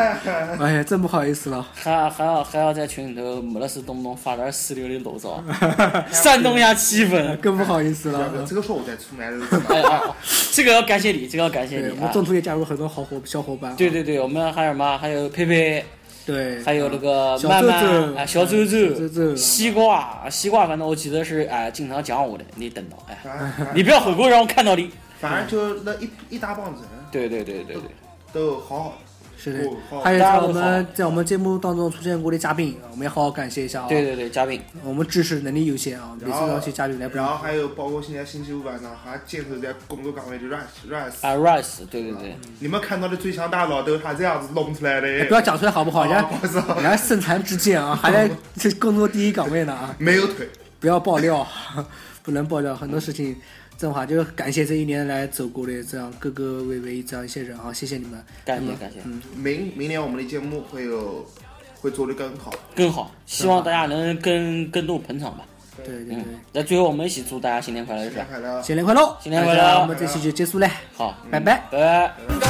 [SPEAKER 3] 哎呀，真不好意思了。
[SPEAKER 2] 还还要还要在群里头没了事动不动发点四六的裸照，煽动一下气氛。
[SPEAKER 3] 更不好意思
[SPEAKER 4] 要不
[SPEAKER 3] 了。
[SPEAKER 4] 这个时候我再出卖人了。
[SPEAKER 2] 哎啊，这个要感谢你，这个要感谢
[SPEAKER 3] 对，
[SPEAKER 2] 你
[SPEAKER 3] 我
[SPEAKER 2] 啊
[SPEAKER 3] 们！中途也加入很多好伙小伙伴。啊
[SPEAKER 2] 对对对，我们还有什么？还有佩佩，
[SPEAKER 3] 对，
[SPEAKER 2] 还有那个
[SPEAKER 3] 小
[SPEAKER 2] 曼
[SPEAKER 3] 周
[SPEAKER 2] 曼
[SPEAKER 3] 周
[SPEAKER 2] 啊，小周
[SPEAKER 3] 小啊周周
[SPEAKER 2] 西瓜，西瓜，反正我记得是哎，经常讲我的，你等到哎，
[SPEAKER 3] 啊
[SPEAKER 4] 反正
[SPEAKER 2] 你不要回锅让我看到你。
[SPEAKER 4] 反正就那一一大帮子人
[SPEAKER 2] 对对对对对，
[SPEAKER 4] 都好好，
[SPEAKER 3] 是的
[SPEAKER 4] 我靠，
[SPEAKER 3] 还有
[SPEAKER 2] 大家
[SPEAKER 3] 在我
[SPEAKER 2] 都
[SPEAKER 3] 们
[SPEAKER 2] 好
[SPEAKER 3] 在我们节目当中出现过的嘉宾，我们也好好感谢一下啊。
[SPEAKER 2] 对对对，嘉宾，
[SPEAKER 3] 我们支持能力有限啊，每次
[SPEAKER 4] 然
[SPEAKER 3] 都
[SPEAKER 4] 后
[SPEAKER 3] 要去嘉宾来补
[SPEAKER 4] 然。后还有包括现在星期五晚上还坚守在工作岗位里乱乱死。
[SPEAKER 2] 啊，Rice，对对对，
[SPEAKER 3] 嗯
[SPEAKER 4] 你们看到的最强大佬都是他这样子弄出来的。
[SPEAKER 3] 哎不要讲出来好不好？人家
[SPEAKER 4] 啊不好意思哦啊
[SPEAKER 3] 人家身残志坚啊，还在 这工作第一岗位呢啊。
[SPEAKER 4] 没有腿，
[SPEAKER 3] 不要爆料， 不能爆料很多事情。正好就是感谢这一年来走过的这样各个位位这样一些人啊，谢谢你们。
[SPEAKER 2] 感谢
[SPEAKER 3] 嗯
[SPEAKER 2] 感谢，
[SPEAKER 4] 明明年我们的节目会有，会做得更好。
[SPEAKER 2] 更好，希望大家能更更多捧场吧。
[SPEAKER 3] 对对
[SPEAKER 2] 嗯
[SPEAKER 3] 对，，
[SPEAKER 2] 那最后我们一起祝大家新年快乐，是
[SPEAKER 4] 新
[SPEAKER 2] 吧
[SPEAKER 4] 年？快乐！
[SPEAKER 3] 新年快乐！
[SPEAKER 2] 新年快乐
[SPEAKER 3] 大家我们这期就结束嘞，
[SPEAKER 2] 好，
[SPEAKER 3] 拜拜。
[SPEAKER 2] 拜拜。
[SPEAKER 4] 拜拜